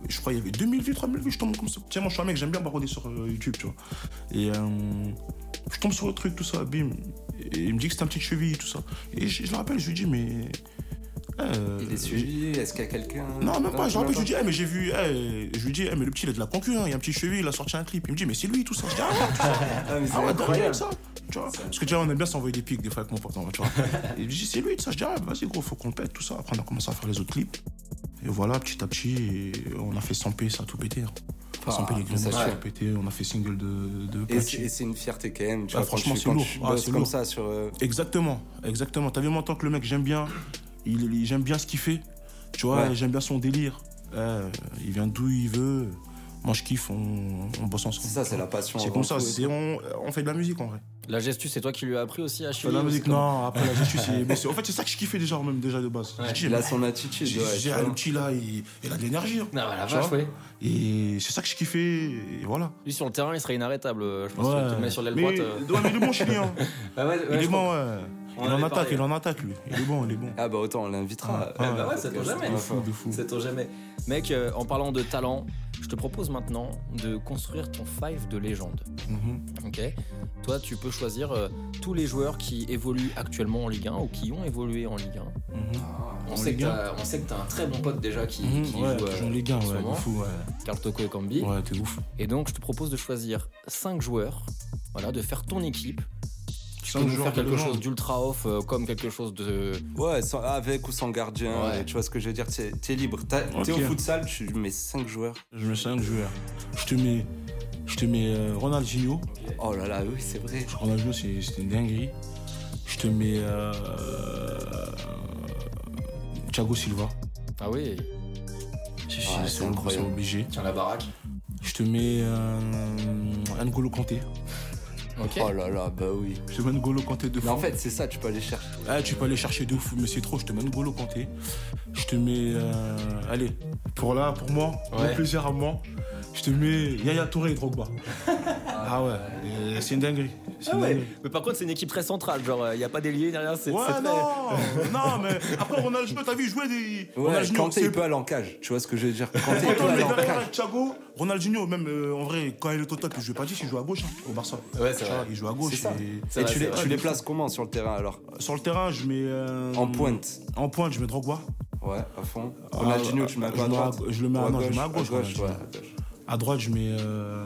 [SPEAKER 4] Je crois qu'il y avait 2000 vues, 3000 vues, je tombe comme ça. Tiens, moi je suis un mec, j'aime bien baroder sur euh, YouTube, tu vois. Et euh, je tombe sur le truc, tout ça, bim. Et il me dit que c'était un petit cheville, tout ça. Et je, je le rappelle, je lui dis, mais. euh,
[SPEAKER 3] Il est suivi Est-ce qu'il y a quelqu'un
[SPEAKER 4] Non, même pas, je le rappelle, je
[SPEAKER 3] même
[SPEAKER 4] lui dis, Eh, mais j'ai vu, eh, je lui dis, Eh, mais le petit il a de la concu, hein, il y a un petit cheville, il a sorti un clip. Il me dit, mais c'est lui, tout ça. Je dis, ah ouais, tout ça.
[SPEAKER 3] pas. Ah, mais c'est
[SPEAKER 4] Ah ouais, dingue
[SPEAKER 3] incroyable.
[SPEAKER 4] ça tu vois, parce que déjà on aime bien s'envoyer des pics des fois avec mon pote, hein, tu vois. Et il me dit c'est lui, tout ça, je dis ah, vas-y gros, faut qu'on le pète, tout ça. Après on a commencé à faire les autres clips. Et voilà, petit à petit, et on a fait 100p, ça a tout pété. hein. 100p les
[SPEAKER 3] Ah, ça
[SPEAKER 4] grenades, ça a
[SPEAKER 3] tue.
[SPEAKER 4] pété, on a fait single de, de
[SPEAKER 3] Et c'est
[SPEAKER 4] Platy.
[SPEAKER 3] et c'est une fierté quand même. Tu
[SPEAKER 4] Ah,
[SPEAKER 3] vois, quand
[SPEAKER 4] franchement,
[SPEAKER 3] tu-
[SPEAKER 4] c'est
[SPEAKER 3] quand
[SPEAKER 4] lourd.
[SPEAKER 3] tu
[SPEAKER 4] Ah,
[SPEAKER 3] bosses
[SPEAKER 4] c'est
[SPEAKER 3] comme
[SPEAKER 4] lourd.
[SPEAKER 3] ça sur. euh,
[SPEAKER 4] Exactement, exactement. T'as vu moi en tant que le mec j'aime bien, il, il- j'aime bien ce qu'il fait, tu vois,
[SPEAKER 3] Ouais.
[SPEAKER 4] j'aime bien son délire. Euh, il vient d'où il veut, moi je kiffe, on, on bosse ensemble.
[SPEAKER 3] C'est ça,
[SPEAKER 4] tu
[SPEAKER 3] c'est
[SPEAKER 4] vois.
[SPEAKER 3] la passion.
[SPEAKER 4] C'est
[SPEAKER 3] avant
[SPEAKER 4] comme ça,
[SPEAKER 3] tout.
[SPEAKER 4] c'est- on, on fait de la musique en vrai.
[SPEAKER 2] La gestu, c'est toi qui lui as appris aussi à
[SPEAKER 4] Fais
[SPEAKER 2] chier
[SPEAKER 4] de la
[SPEAKER 2] ou
[SPEAKER 4] musique.
[SPEAKER 2] c'est comment
[SPEAKER 4] Non, après la gestion, c'est. mais c'est- En fait, c'est ça que je kiffais déjà, même déjà de base. Je dis,
[SPEAKER 3] Il euh,
[SPEAKER 4] mais-
[SPEAKER 3] a son attitude.
[SPEAKER 4] j'ai-
[SPEAKER 3] ouais,
[SPEAKER 4] j'ai-
[SPEAKER 3] tu
[SPEAKER 4] ah,
[SPEAKER 3] vois.
[SPEAKER 4] le petit là, il, il a de l'énergie. hein.
[SPEAKER 2] Ah, bah, la
[SPEAKER 4] Tu
[SPEAKER 2] vache,
[SPEAKER 4] vois
[SPEAKER 2] ouais.
[SPEAKER 4] Et c'est ça que je kiffais, et voilà.
[SPEAKER 2] Lui, sur le terrain, il serait inarrêtable. euh, Je pense qu'il te met sur l'aile
[SPEAKER 4] mais,
[SPEAKER 2] droite. euh.
[SPEAKER 4] ouais, mais il est bon, chilien.
[SPEAKER 2] Bah ouais, ouais,
[SPEAKER 4] il
[SPEAKER 2] je
[SPEAKER 4] est bon, ouais.
[SPEAKER 2] On en
[SPEAKER 4] Il en
[SPEAKER 2] avait
[SPEAKER 4] attaque,
[SPEAKER 2] parlé,
[SPEAKER 4] il
[SPEAKER 2] ouais.
[SPEAKER 4] en attaque, lui. Il est bon, il est bon.
[SPEAKER 3] Ah bah autant, on l'invitera.
[SPEAKER 4] Ah,
[SPEAKER 3] euh,
[SPEAKER 2] bah ouais,
[SPEAKER 3] au
[SPEAKER 2] ça
[SPEAKER 3] podcast.
[SPEAKER 2] tombe jamais.
[SPEAKER 3] Ouais,
[SPEAKER 4] De fou, de fou.
[SPEAKER 2] Sait-on jamais. Mec, euh, en parlant de talent, je te propose maintenant de construire ton five de légende.
[SPEAKER 4] Mhm.
[SPEAKER 2] Ok. Toi, tu peux choisir euh, tous les joueurs qui évoluent actuellement en Ligue 1 ou qui ont évolué en Ligue 1.
[SPEAKER 4] Mhm.
[SPEAKER 2] On,
[SPEAKER 4] En
[SPEAKER 2] sait que
[SPEAKER 4] Ligue 1.
[SPEAKER 2] t'as- on sait que t'as un très bon pote déjà qui,
[SPEAKER 4] Mhm,
[SPEAKER 2] qui
[SPEAKER 4] ouais,
[SPEAKER 2] Ah, joue
[SPEAKER 4] qui
[SPEAKER 2] euh,
[SPEAKER 4] joue en Ligue 1,
[SPEAKER 2] en ce
[SPEAKER 4] ouais, de
[SPEAKER 2] moment,
[SPEAKER 4] fou, ouais.
[SPEAKER 2] Karl Toko et Kambi.
[SPEAKER 4] Ouais, t'es ouf.
[SPEAKER 2] Et donc, je te propose de choisir 5 joueurs, voilà, de faire ton équipe. Tu
[SPEAKER 4] Cinq
[SPEAKER 2] peux nous
[SPEAKER 4] joueurs
[SPEAKER 2] faire
[SPEAKER 4] de
[SPEAKER 2] quelque
[SPEAKER 4] légende.
[SPEAKER 2] chose d'ultra off, euh, comme quelque chose de.
[SPEAKER 3] Ouais, sans- avec ou sans gardien,
[SPEAKER 2] Ouais.
[SPEAKER 3] tu vois ce que je veux dire, t'es t'es libre. T'as- T'es
[SPEAKER 4] Ok.
[SPEAKER 3] au futsal, tu mets 5 joueurs.
[SPEAKER 4] Je me sens un joueur. Je te mets. Je te mets euh, Ronaldinho.
[SPEAKER 3] Oh là là, oui, c'est vrai.
[SPEAKER 4] Ronaldinho, c'est- c'était une dinguerie. Je te mets. euh, Thiago Silva.
[SPEAKER 2] Ah oui,
[SPEAKER 4] Si, si,
[SPEAKER 3] Ouais, c'est
[SPEAKER 4] c'est
[SPEAKER 3] incroyable.
[SPEAKER 4] obligé.
[SPEAKER 2] tiens la baraque.
[SPEAKER 4] Je te mets euh, N'Golo Kanté.
[SPEAKER 2] Ok.
[SPEAKER 3] Oh là là, bah oui.
[SPEAKER 4] Je te mets N'Golo Kanté de fou.
[SPEAKER 3] Mais en fait, c'est ça, tu peux aller chercher.
[SPEAKER 4] Ah, tu peux aller chercher de fou, mais c'est trop. Je te mets N'Golo Kanté. Je te mets. euh, allez, pour là, pour moi,
[SPEAKER 2] Ouais.
[SPEAKER 4] mon plaisir à moi, je te mets Yaya Touré et Drogba. ah ouais, euh, c'est une dinguerie. C'est
[SPEAKER 3] Ah
[SPEAKER 4] une dinguerie.
[SPEAKER 2] Mais par contre, c'est une équipe très centrale. Genre, il n'y a pas d'ailier derrière. C'est
[SPEAKER 4] Ouais,
[SPEAKER 2] c'est très-
[SPEAKER 4] non, non, mais après Ronaldo, t'as vu jouer des.
[SPEAKER 3] Ouais,
[SPEAKER 4] Ronaldinho,
[SPEAKER 3] Kanté,
[SPEAKER 4] c'est-
[SPEAKER 3] il peut aller en cage. Tu vois ce que je veux dire Kanté, il peut
[SPEAKER 4] Attends, mais
[SPEAKER 3] aller en
[SPEAKER 4] derrière
[SPEAKER 3] cage.
[SPEAKER 4] Thiago, Ronaldinho, même euh, en vrai, quand il est au top, je vais pas dire s'il joue à gauche hein, au Barça.
[SPEAKER 2] Ouais, c'est
[SPEAKER 4] Tu vois,
[SPEAKER 2] vrai.
[SPEAKER 4] Il joue à
[SPEAKER 3] C'est
[SPEAKER 4] gauche.
[SPEAKER 3] ça.
[SPEAKER 4] et-
[SPEAKER 2] C'est
[SPEAKER 3] Et
[SPEAKER 2] vrai,
[SPEAKER 3] tu les,
[SPEAKER 2] c'est
[SPEAKER 3] tu
[SPEAKER 2] vrai.
[SPEAKER 3] les places comment sur le terrain alors
[SPEAKER 4] Sur le terrain, je mets. euh,
[SPEAKER 3] En pointe
[SPEAKER 4] En pointe, je mets Drogba.
[SPEAKER 3] Ouais, à fond. Ronaldinho, tu mets à
[SPEAKER 4] Ah, euh, je
[SPEAKER 3] droite.
[SPEAKER 4] mets à- je le mets à-
[SPEAKER 3] Ou
[SPEAKER 4] non, je
[SPEAKER 3] gauche,
[SPEAKER 4] mets à gauche,
[SPEAKER 3] ouais,
[SPEAKER 4] Ronaldinho.
[SPEAKER 3] à gauche.
[SPEAKER 4] À droite, je mets euh,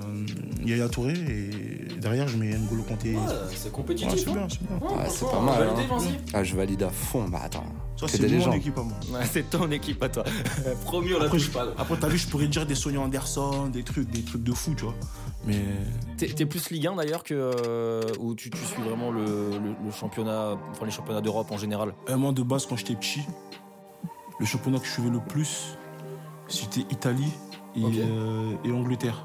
[SPEAKER 4] Yaya Touré et derrière, je mets N'Golo Kanté.
[SPEAKER 2] Ouais,
[SPEAKER 4] Ouais,
[SPEAKER 2] Oh C'est
[SPEAKER 4] c'est
[SPEAKER 2] compétitif. hein.
[SPEAKER 4] bien, c'est bien.
[SPEAKER 3] Ouais, c'est pas
[SPEAKER 2] On
[SPEAKER 3] mal.
[SPEAKER 2] va le
[SPEAKER 3] hein.
[SPEAKER 2] dévancer.
[SPEAKER 3] Ah, je valide à fond. Bah attends,
[SPEAKER 4] Ça,
[SPEAKER 3] que
[SPEAKER 4] c'est
[SPEAKER 3] des
[SPEAKER 4] mon
[SPEAKER 3] légendes.
[SPEAKER 4] équipe à moi.
[SPEAKER 2] Ouais, c'est ton équipe à toi. Promis, on la
[SPEAKER 4] Après,
[SPEAKER 2] touche
[SPEAKER 4] je-
[SPEAKER 2] pas. gros.
[SPEAKER 4] après, t'as vu, je pourrais dire des Sonia Anderson, des trucs, des trucs de fou, tu vois. Mais
[SPEAKER 2] T'es t'es plus Ligue 1 d'ailleurs que. euh, ou tu, tu suis vraiment le, le- le championnat. Enfin, les championnats d'Europe en général
[SPEAKER 4] euh, moi, de base, quand j'étais petit, le championnat que je suivais le plus, c'était Italie et,
[SPEAKER 2] Ok.
[SPEAKER 4] euh, et Angleterre.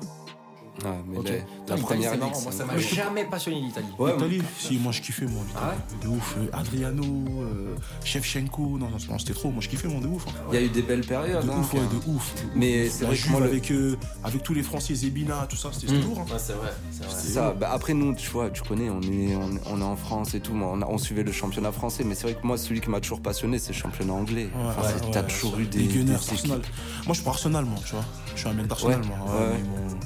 [SPEAKER 3] Ouais, Ah, mais
[SPEAKER 2] Ok.
[SPEAKER 3] la- la,
[SPEAKER 2] Putain, l'Italie,
[SPEAKER 3] première
[SPEAKER 2] c'est
[SPEAKER 3] ligue,
[SPEAKER 2] marrant. Moi, ça
[SPEAKER 3] c'est
[SPEAKER 2] m'a jamais passionné l'Italie.
[SPEAKER 3] Ouais,
[SPEAKER 4] Italie Si, moi je kiffais, moi. l'Italie.
[SPEAKER 2] Ah
[SPEAKER 4] de ouf. euh, Adriano, euh, Shevchenko, non, non, non, c'était trop. Moi je kiffais, moi, de ouf. hein.
[SPEAKER 3] Il y a eu des belles périodes.
[SPEAKER 4] De
[SPEAKER 3] hein,
[SPEAKER 4] ouf, ouais,
[SPEAKER 3] quand
[SPEAKER 4] de
[SPEAKER 3] même.
[SPEAKER 4] ouf, de ouf.
[SPEAKER 3] Mais c'est
[SPEAKER 4] La
[SPEAKER 3] vrai que
[SPEAKER 4] Juve
[SPEAKER 3] moi, le- Hmm.
[SPEAKER 4] avec, euh, avec tous les Français, Zebina, tout ça, c'était
[SPEAKER 2] Mm.
[SPEAKER 4] c'était lourd. hein.
[SPEAKER 2] Ouais, c'est vrai. c'est vrai.
[SPEAKER 3] C'est ça. Bah, après, nous, tu vois, tu connais, on est, on, est- on est en France et tout. mais On, a- on suivait le championnat français. Mais c'est vrai que moi, celui qui m'a toujours passionné, c'est le championnat anglais.
[SPEAKER 4] Ouais,
[SPEAKER 3] Enfin,
[SPEAKER 4] ouais,
[SPEAKER 3] c'est- T'as
[SPEAKER 4] ouais,
[SPEAKER 3] toujours
[SPEAKER 4] ouais.
[SPEAKER 3] eu des.
[SPEAKER 4] Les Gunners,
[SPEAKER 3] des-
[SPEAKER 4] Arsenal. Moi, je suis pour Arsenal, moi, tu vois. Je suis un mec d'Arsenal,
[SPEAKER 3] Ouais,
[SPEAKER 4] moi. Ouais,
[SPEAKER 3] ouais.
[SPEAKER 4] Ils m'ont-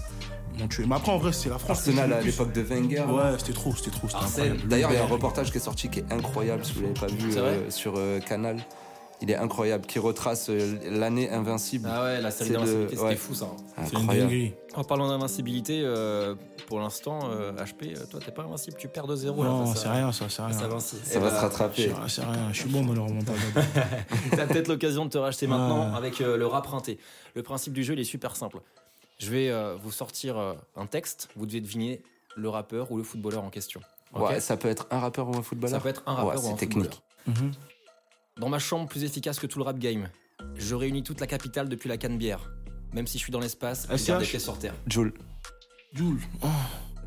[SPEAKER 4] ils m'ont tué. Mais après, en vrai, c'est la France. qui
[SPEAKER 3] Arsenal
[SPEAKER 4] joue
[SPEAKER 3] à
[SPEAKER 4] le plus.
[SPEAKER 3] l'époque de hein. Wenger.
[SPEAKER 4] Ouais, c'était trop, c'était trop. c'était
[SPEAKER 2] Arsène.
[SPEAKER 4] incroyable.
[SPEAKER 3] D'ailleurs, il y a un
[SPEAKER 4] Ouais.
[SPEAKER 3] reportage qui est sorti qui est incroyable, si vous l'avez pas vu
[SPEAKER 2] C'est vrai
[SPEAKER 3] euh, sur euh, Canal. Il est incroyable, qui retrace euh, l'année invincible.
[SPEAKER 2] Ah ouais, la série
[SPEAKER 3] C'est le-
[SPEAKER 2] d'invincibilité, c'était
[SPEAKER 3] ouais.
[SPEAKER 2] fou ça. hein.
[SPEAKER 4] C'est une
[SPEAKER 3] incroyable.
[SPEAKER 4] dinguerie.
[SPEAKER 2] En parlant d'invincibilité, euh, pour l'instant, euh, HP, euh, toi, t'es pas invincible, tu perds 2-0. là,
[SPEAKER 4] Non,
[SPEAKER 2] face
[SPEAKER 4] c'est
[SPEAKER 2] à-
[SPEAKER 4] rien, ça, c'est
[SPEAKER 2] face à
[SPEAKER 4] rien.
[SPEAKER 2] Vinci.
[SPEAKER 3] Ça
[SPEAKER 2] Eh
[SPEAKER 3] va
[SPEAKER 2] bah,
[SPEAKER 3] se rattraper.
[SPEAKER 4] C'est- C'est rien, je suis bon dans le remontage.
[SPEAKER 2] T'as peut-être l'occasion de te racheter
[SPEAKER 4] Ouais.
[SPEAKER 2] maintenant avec euh, le rap rinté. Le principe du jeu, il est super simple. Je vais euh, vous sortir euh, un texte, vous devez deviner le rappeur ou le footballeur en question. Ok
[SPEAKER 3] Ouais, ça peut être un rappeur ou un
[SPEAKER 2] ça
[SPEAKER 3] footballeur.
[SPEAKER 2] peut être un
[SPEAKER 3] Ouais,
[SPEAKER 2] rappeur ou
[SPEAKER 3] c'est
[SPEAKER 2] un
[SPEAKER 3] technique.
[SPEAKER 2] footballeur.
[SPEAKER 4] Mhm.
[SPEAKER 2] Dans ma chambre, plus efficace que tout le rap game. Je réunis toute la capitale depuis la canne-bière. Même si je suis dans
[SPEAKER 3] Ah,
[SPEAKER 2] l'espace, je garde les
[SPEAKER 4] SCH?
[SPEAKER 2] pieds sur terre.
[SPEAKER 3] Joule.
[SPEAKER 4] Joule.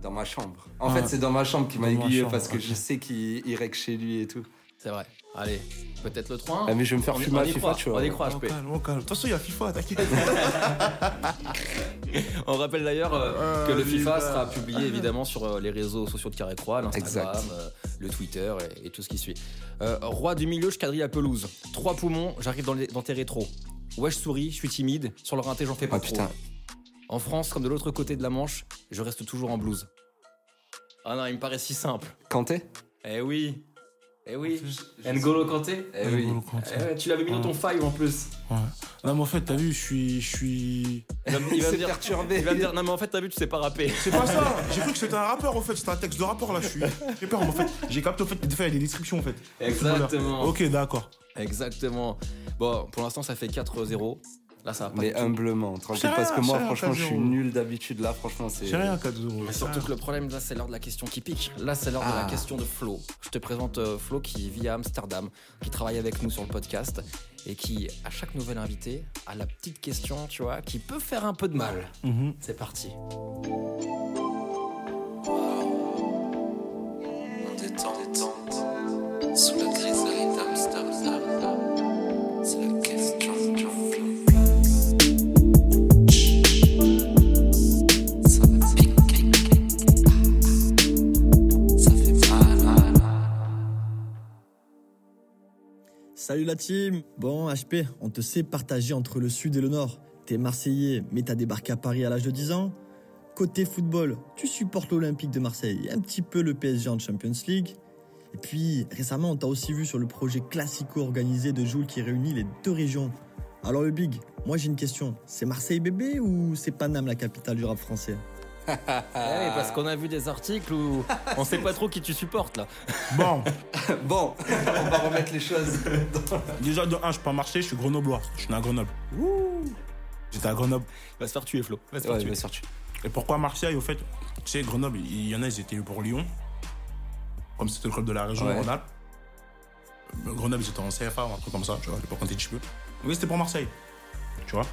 [SPEAKER 3] Dans ma chambre. En
[SPEAKER 4] Ouais.
[SPEAKER 3] fait, c'est dans ma chambre qu'il m'a
[SPEAKER 4] Ah. Dans ma
[SPEAKER 3] aiguillé
[SPEAKER 4] chambre,
[SPEAKER 3] parce que
[SPEAKER 4] ok.
[SPEAKER 3] je sais qu'il il rec chez lui et tout.
[SPEAKER 2] C'est vrai. Allez, peut-être le 3
[SPEAKER 3] Ah, mais je vais me faire
[SPEAKER 2] on, y-
[SPEAKER 3] fumer
[SPEAKER 2] on
[SPEAKER 3] à
[SPEAKER 2] y
[SPEAKER 3] FIFA,
[SPEAKER 2] croit,
[SPEAKER 3] tu vois.
[SPEAKER 2] on y croit,
[SPEAKER 4] Oh,
[SPEAKER 2] HP.
[SPEAKER 4] calme, oh, calme. De toute façon, il y a FIFA, t'inquiète.
[SPEAKER 2] On rappelle d'ailleurs euh,
[SPEAKER 3] Ah,
[SPEAKER 4] Euh,
[SPEAKER 2] que le
[SPEAKER 4] vive
[SPEAKER 2] FIFA
[SPEAKER 4] la-
[SPEAKER 2] sera publié évidemment sur euh, les réseaux sociaux de Carré Croix, l'Instagram,
[SPEAKER 3] Exact.
[SPEAKER 2] euh, le Twitter et, et tout ce qui suit. Euh, roi du milieu, je quadrille la pelouse. Trois poumons, j'arrive dans, les- dans tes rétros. Ouais, je souris, je suis timide. Sur le rinté, j'en fais pas
[SPEAKER 3] Ah
[SPEAKER 2] trop.
[SPEAKER 3] putain,
[SPEAKER 2] En France, comme de l'autre côté de la Manche, je reste toujours en blouse. Ah non, il me paraît si simple.
[SPEAKER 3] Kanté
[SPEAKER 2] Eh oui, eh oui. N'Golo Kanté
[SPEAKER 3] Eh oui.
[SPEAKER 4] N'Golo Kanté.
[SPEAKER 2] Eh ouais, tu l'avais mis dans ton file en plus.
[SPEAKER 4] Ouais. Non, mais en fait, t'as vu, je suis. je suis-
[SPEAKER 2] Il va, il va me
[SPEAKER 3] s'est
[SPEAKER 2] dire,
[SPEAKER 3] perturbé.
[SPEAKER 2] il va me dire, non mais en fait t'as vu, tu sais pas rapper.
[SPEAKER 4] C'est pas ça J'ai cru que c'était un rappeur en fait, c'était un texte de rappeur là, je suis. J'ai peur en fait. J'ai capté en fait, des fois il y a des descriptions en fait.
[SPEAKER 2] Exactement.
[SPEAKER 4] Ok, d'accord.
[SPEAKER 2] Exactement. Bon, pour l'instant, ça fait 4-0. Là, ça va pas.
[SPEAKER 3] Mais
[SPEAKER 2] du tout.
[SPEAKER 3] humblement, tranquille,
[SPEAKER 4] C'est
[SPEAKER 3] parce que
[SPEAKER 4] rien,
[SPEAKER 3] moi,
[SPEAKER 4] c'est rien,
[SPEAKER 3] franchement, je suis
[SPEAKER 4] 4-0.
[SPEAKER 3] nul d'habitude. Là, franchement, c'est.
[SPEAKER 4] C'est rien, 4 euros.
[SPEAKER 2] Mais surtout que le problème, là, c'est l'heure de la question qui pique. Là, c'est l'heure de la
[SPEAKER 3] Ah.
[SPEAKER 2] question de Flo. Je te présente euh, Flo qui vit à Amsterdam, qui travaille avec nous sur le podcast et qui, à chaque nouvel invité, a la petite question, tu vois, qui peut faire un peu de mal.
[SPEAKER 4] Mhm.
[SPEAKER 2] C'est parti.
[SPEAKER 1] En détente, sous la grisaille d'Amsterdam, c'est la question du flanc. Ça va piquer, ça fait mal.
[SPEAKER 7] Salut la team Bon HP, on te sait partager entre le sud et le nord. T'es marseillais, mais t'as débarqué à Paris à l'âge de 10 ans. Côté football, tu supportes l'Olympique de Marseille et un petit peu le PSG en Champions League. Et puis, récemment, on t'a aussi vu sur le projet Classico organisé de Joule qui réunit les deux régions. Alors le Big, moi j'ai une question. C'est Marseille bébé ou c'est Paname la capitale du rap français
[SPEAKER 2] Ouais, Eh
[SPEAKER 4] Euh.
[SPEAKER 2] parce qu'on a vu des articles où on sait pas trop qui tu supportes, là.
[SPEAKER 4] Bon,
[SPEAKER 3] Bon, on va remettre les choses.
[SPEAKER 4] déjà de 1, je suis pas marché, je suis grenoblois. Je suis né à Grenoble. J'étais à Grenoble.
[SPEAKER 2] Va se faire tuer, Flo. Va se faire
[SPEAKER 3] Ouais,
[SPEAKER 2] tuer.
[SPEAKER 3] bien sûr, tu-
[SPEAKER 4] Et pourquoi Marseille au fait Tu sais, Grenoble, il y en a, ils étaient pour Lyon. Comme c'était le club de la région
[SPEAKER 3] Ouais.
[SPEAKER 4] Grenoble. Mais Grenoble, ils étaient en CFA ou un truc comme ça, tu vois, pas quand t'es petit peu. Oui, c'était pour Marseille. Tu vois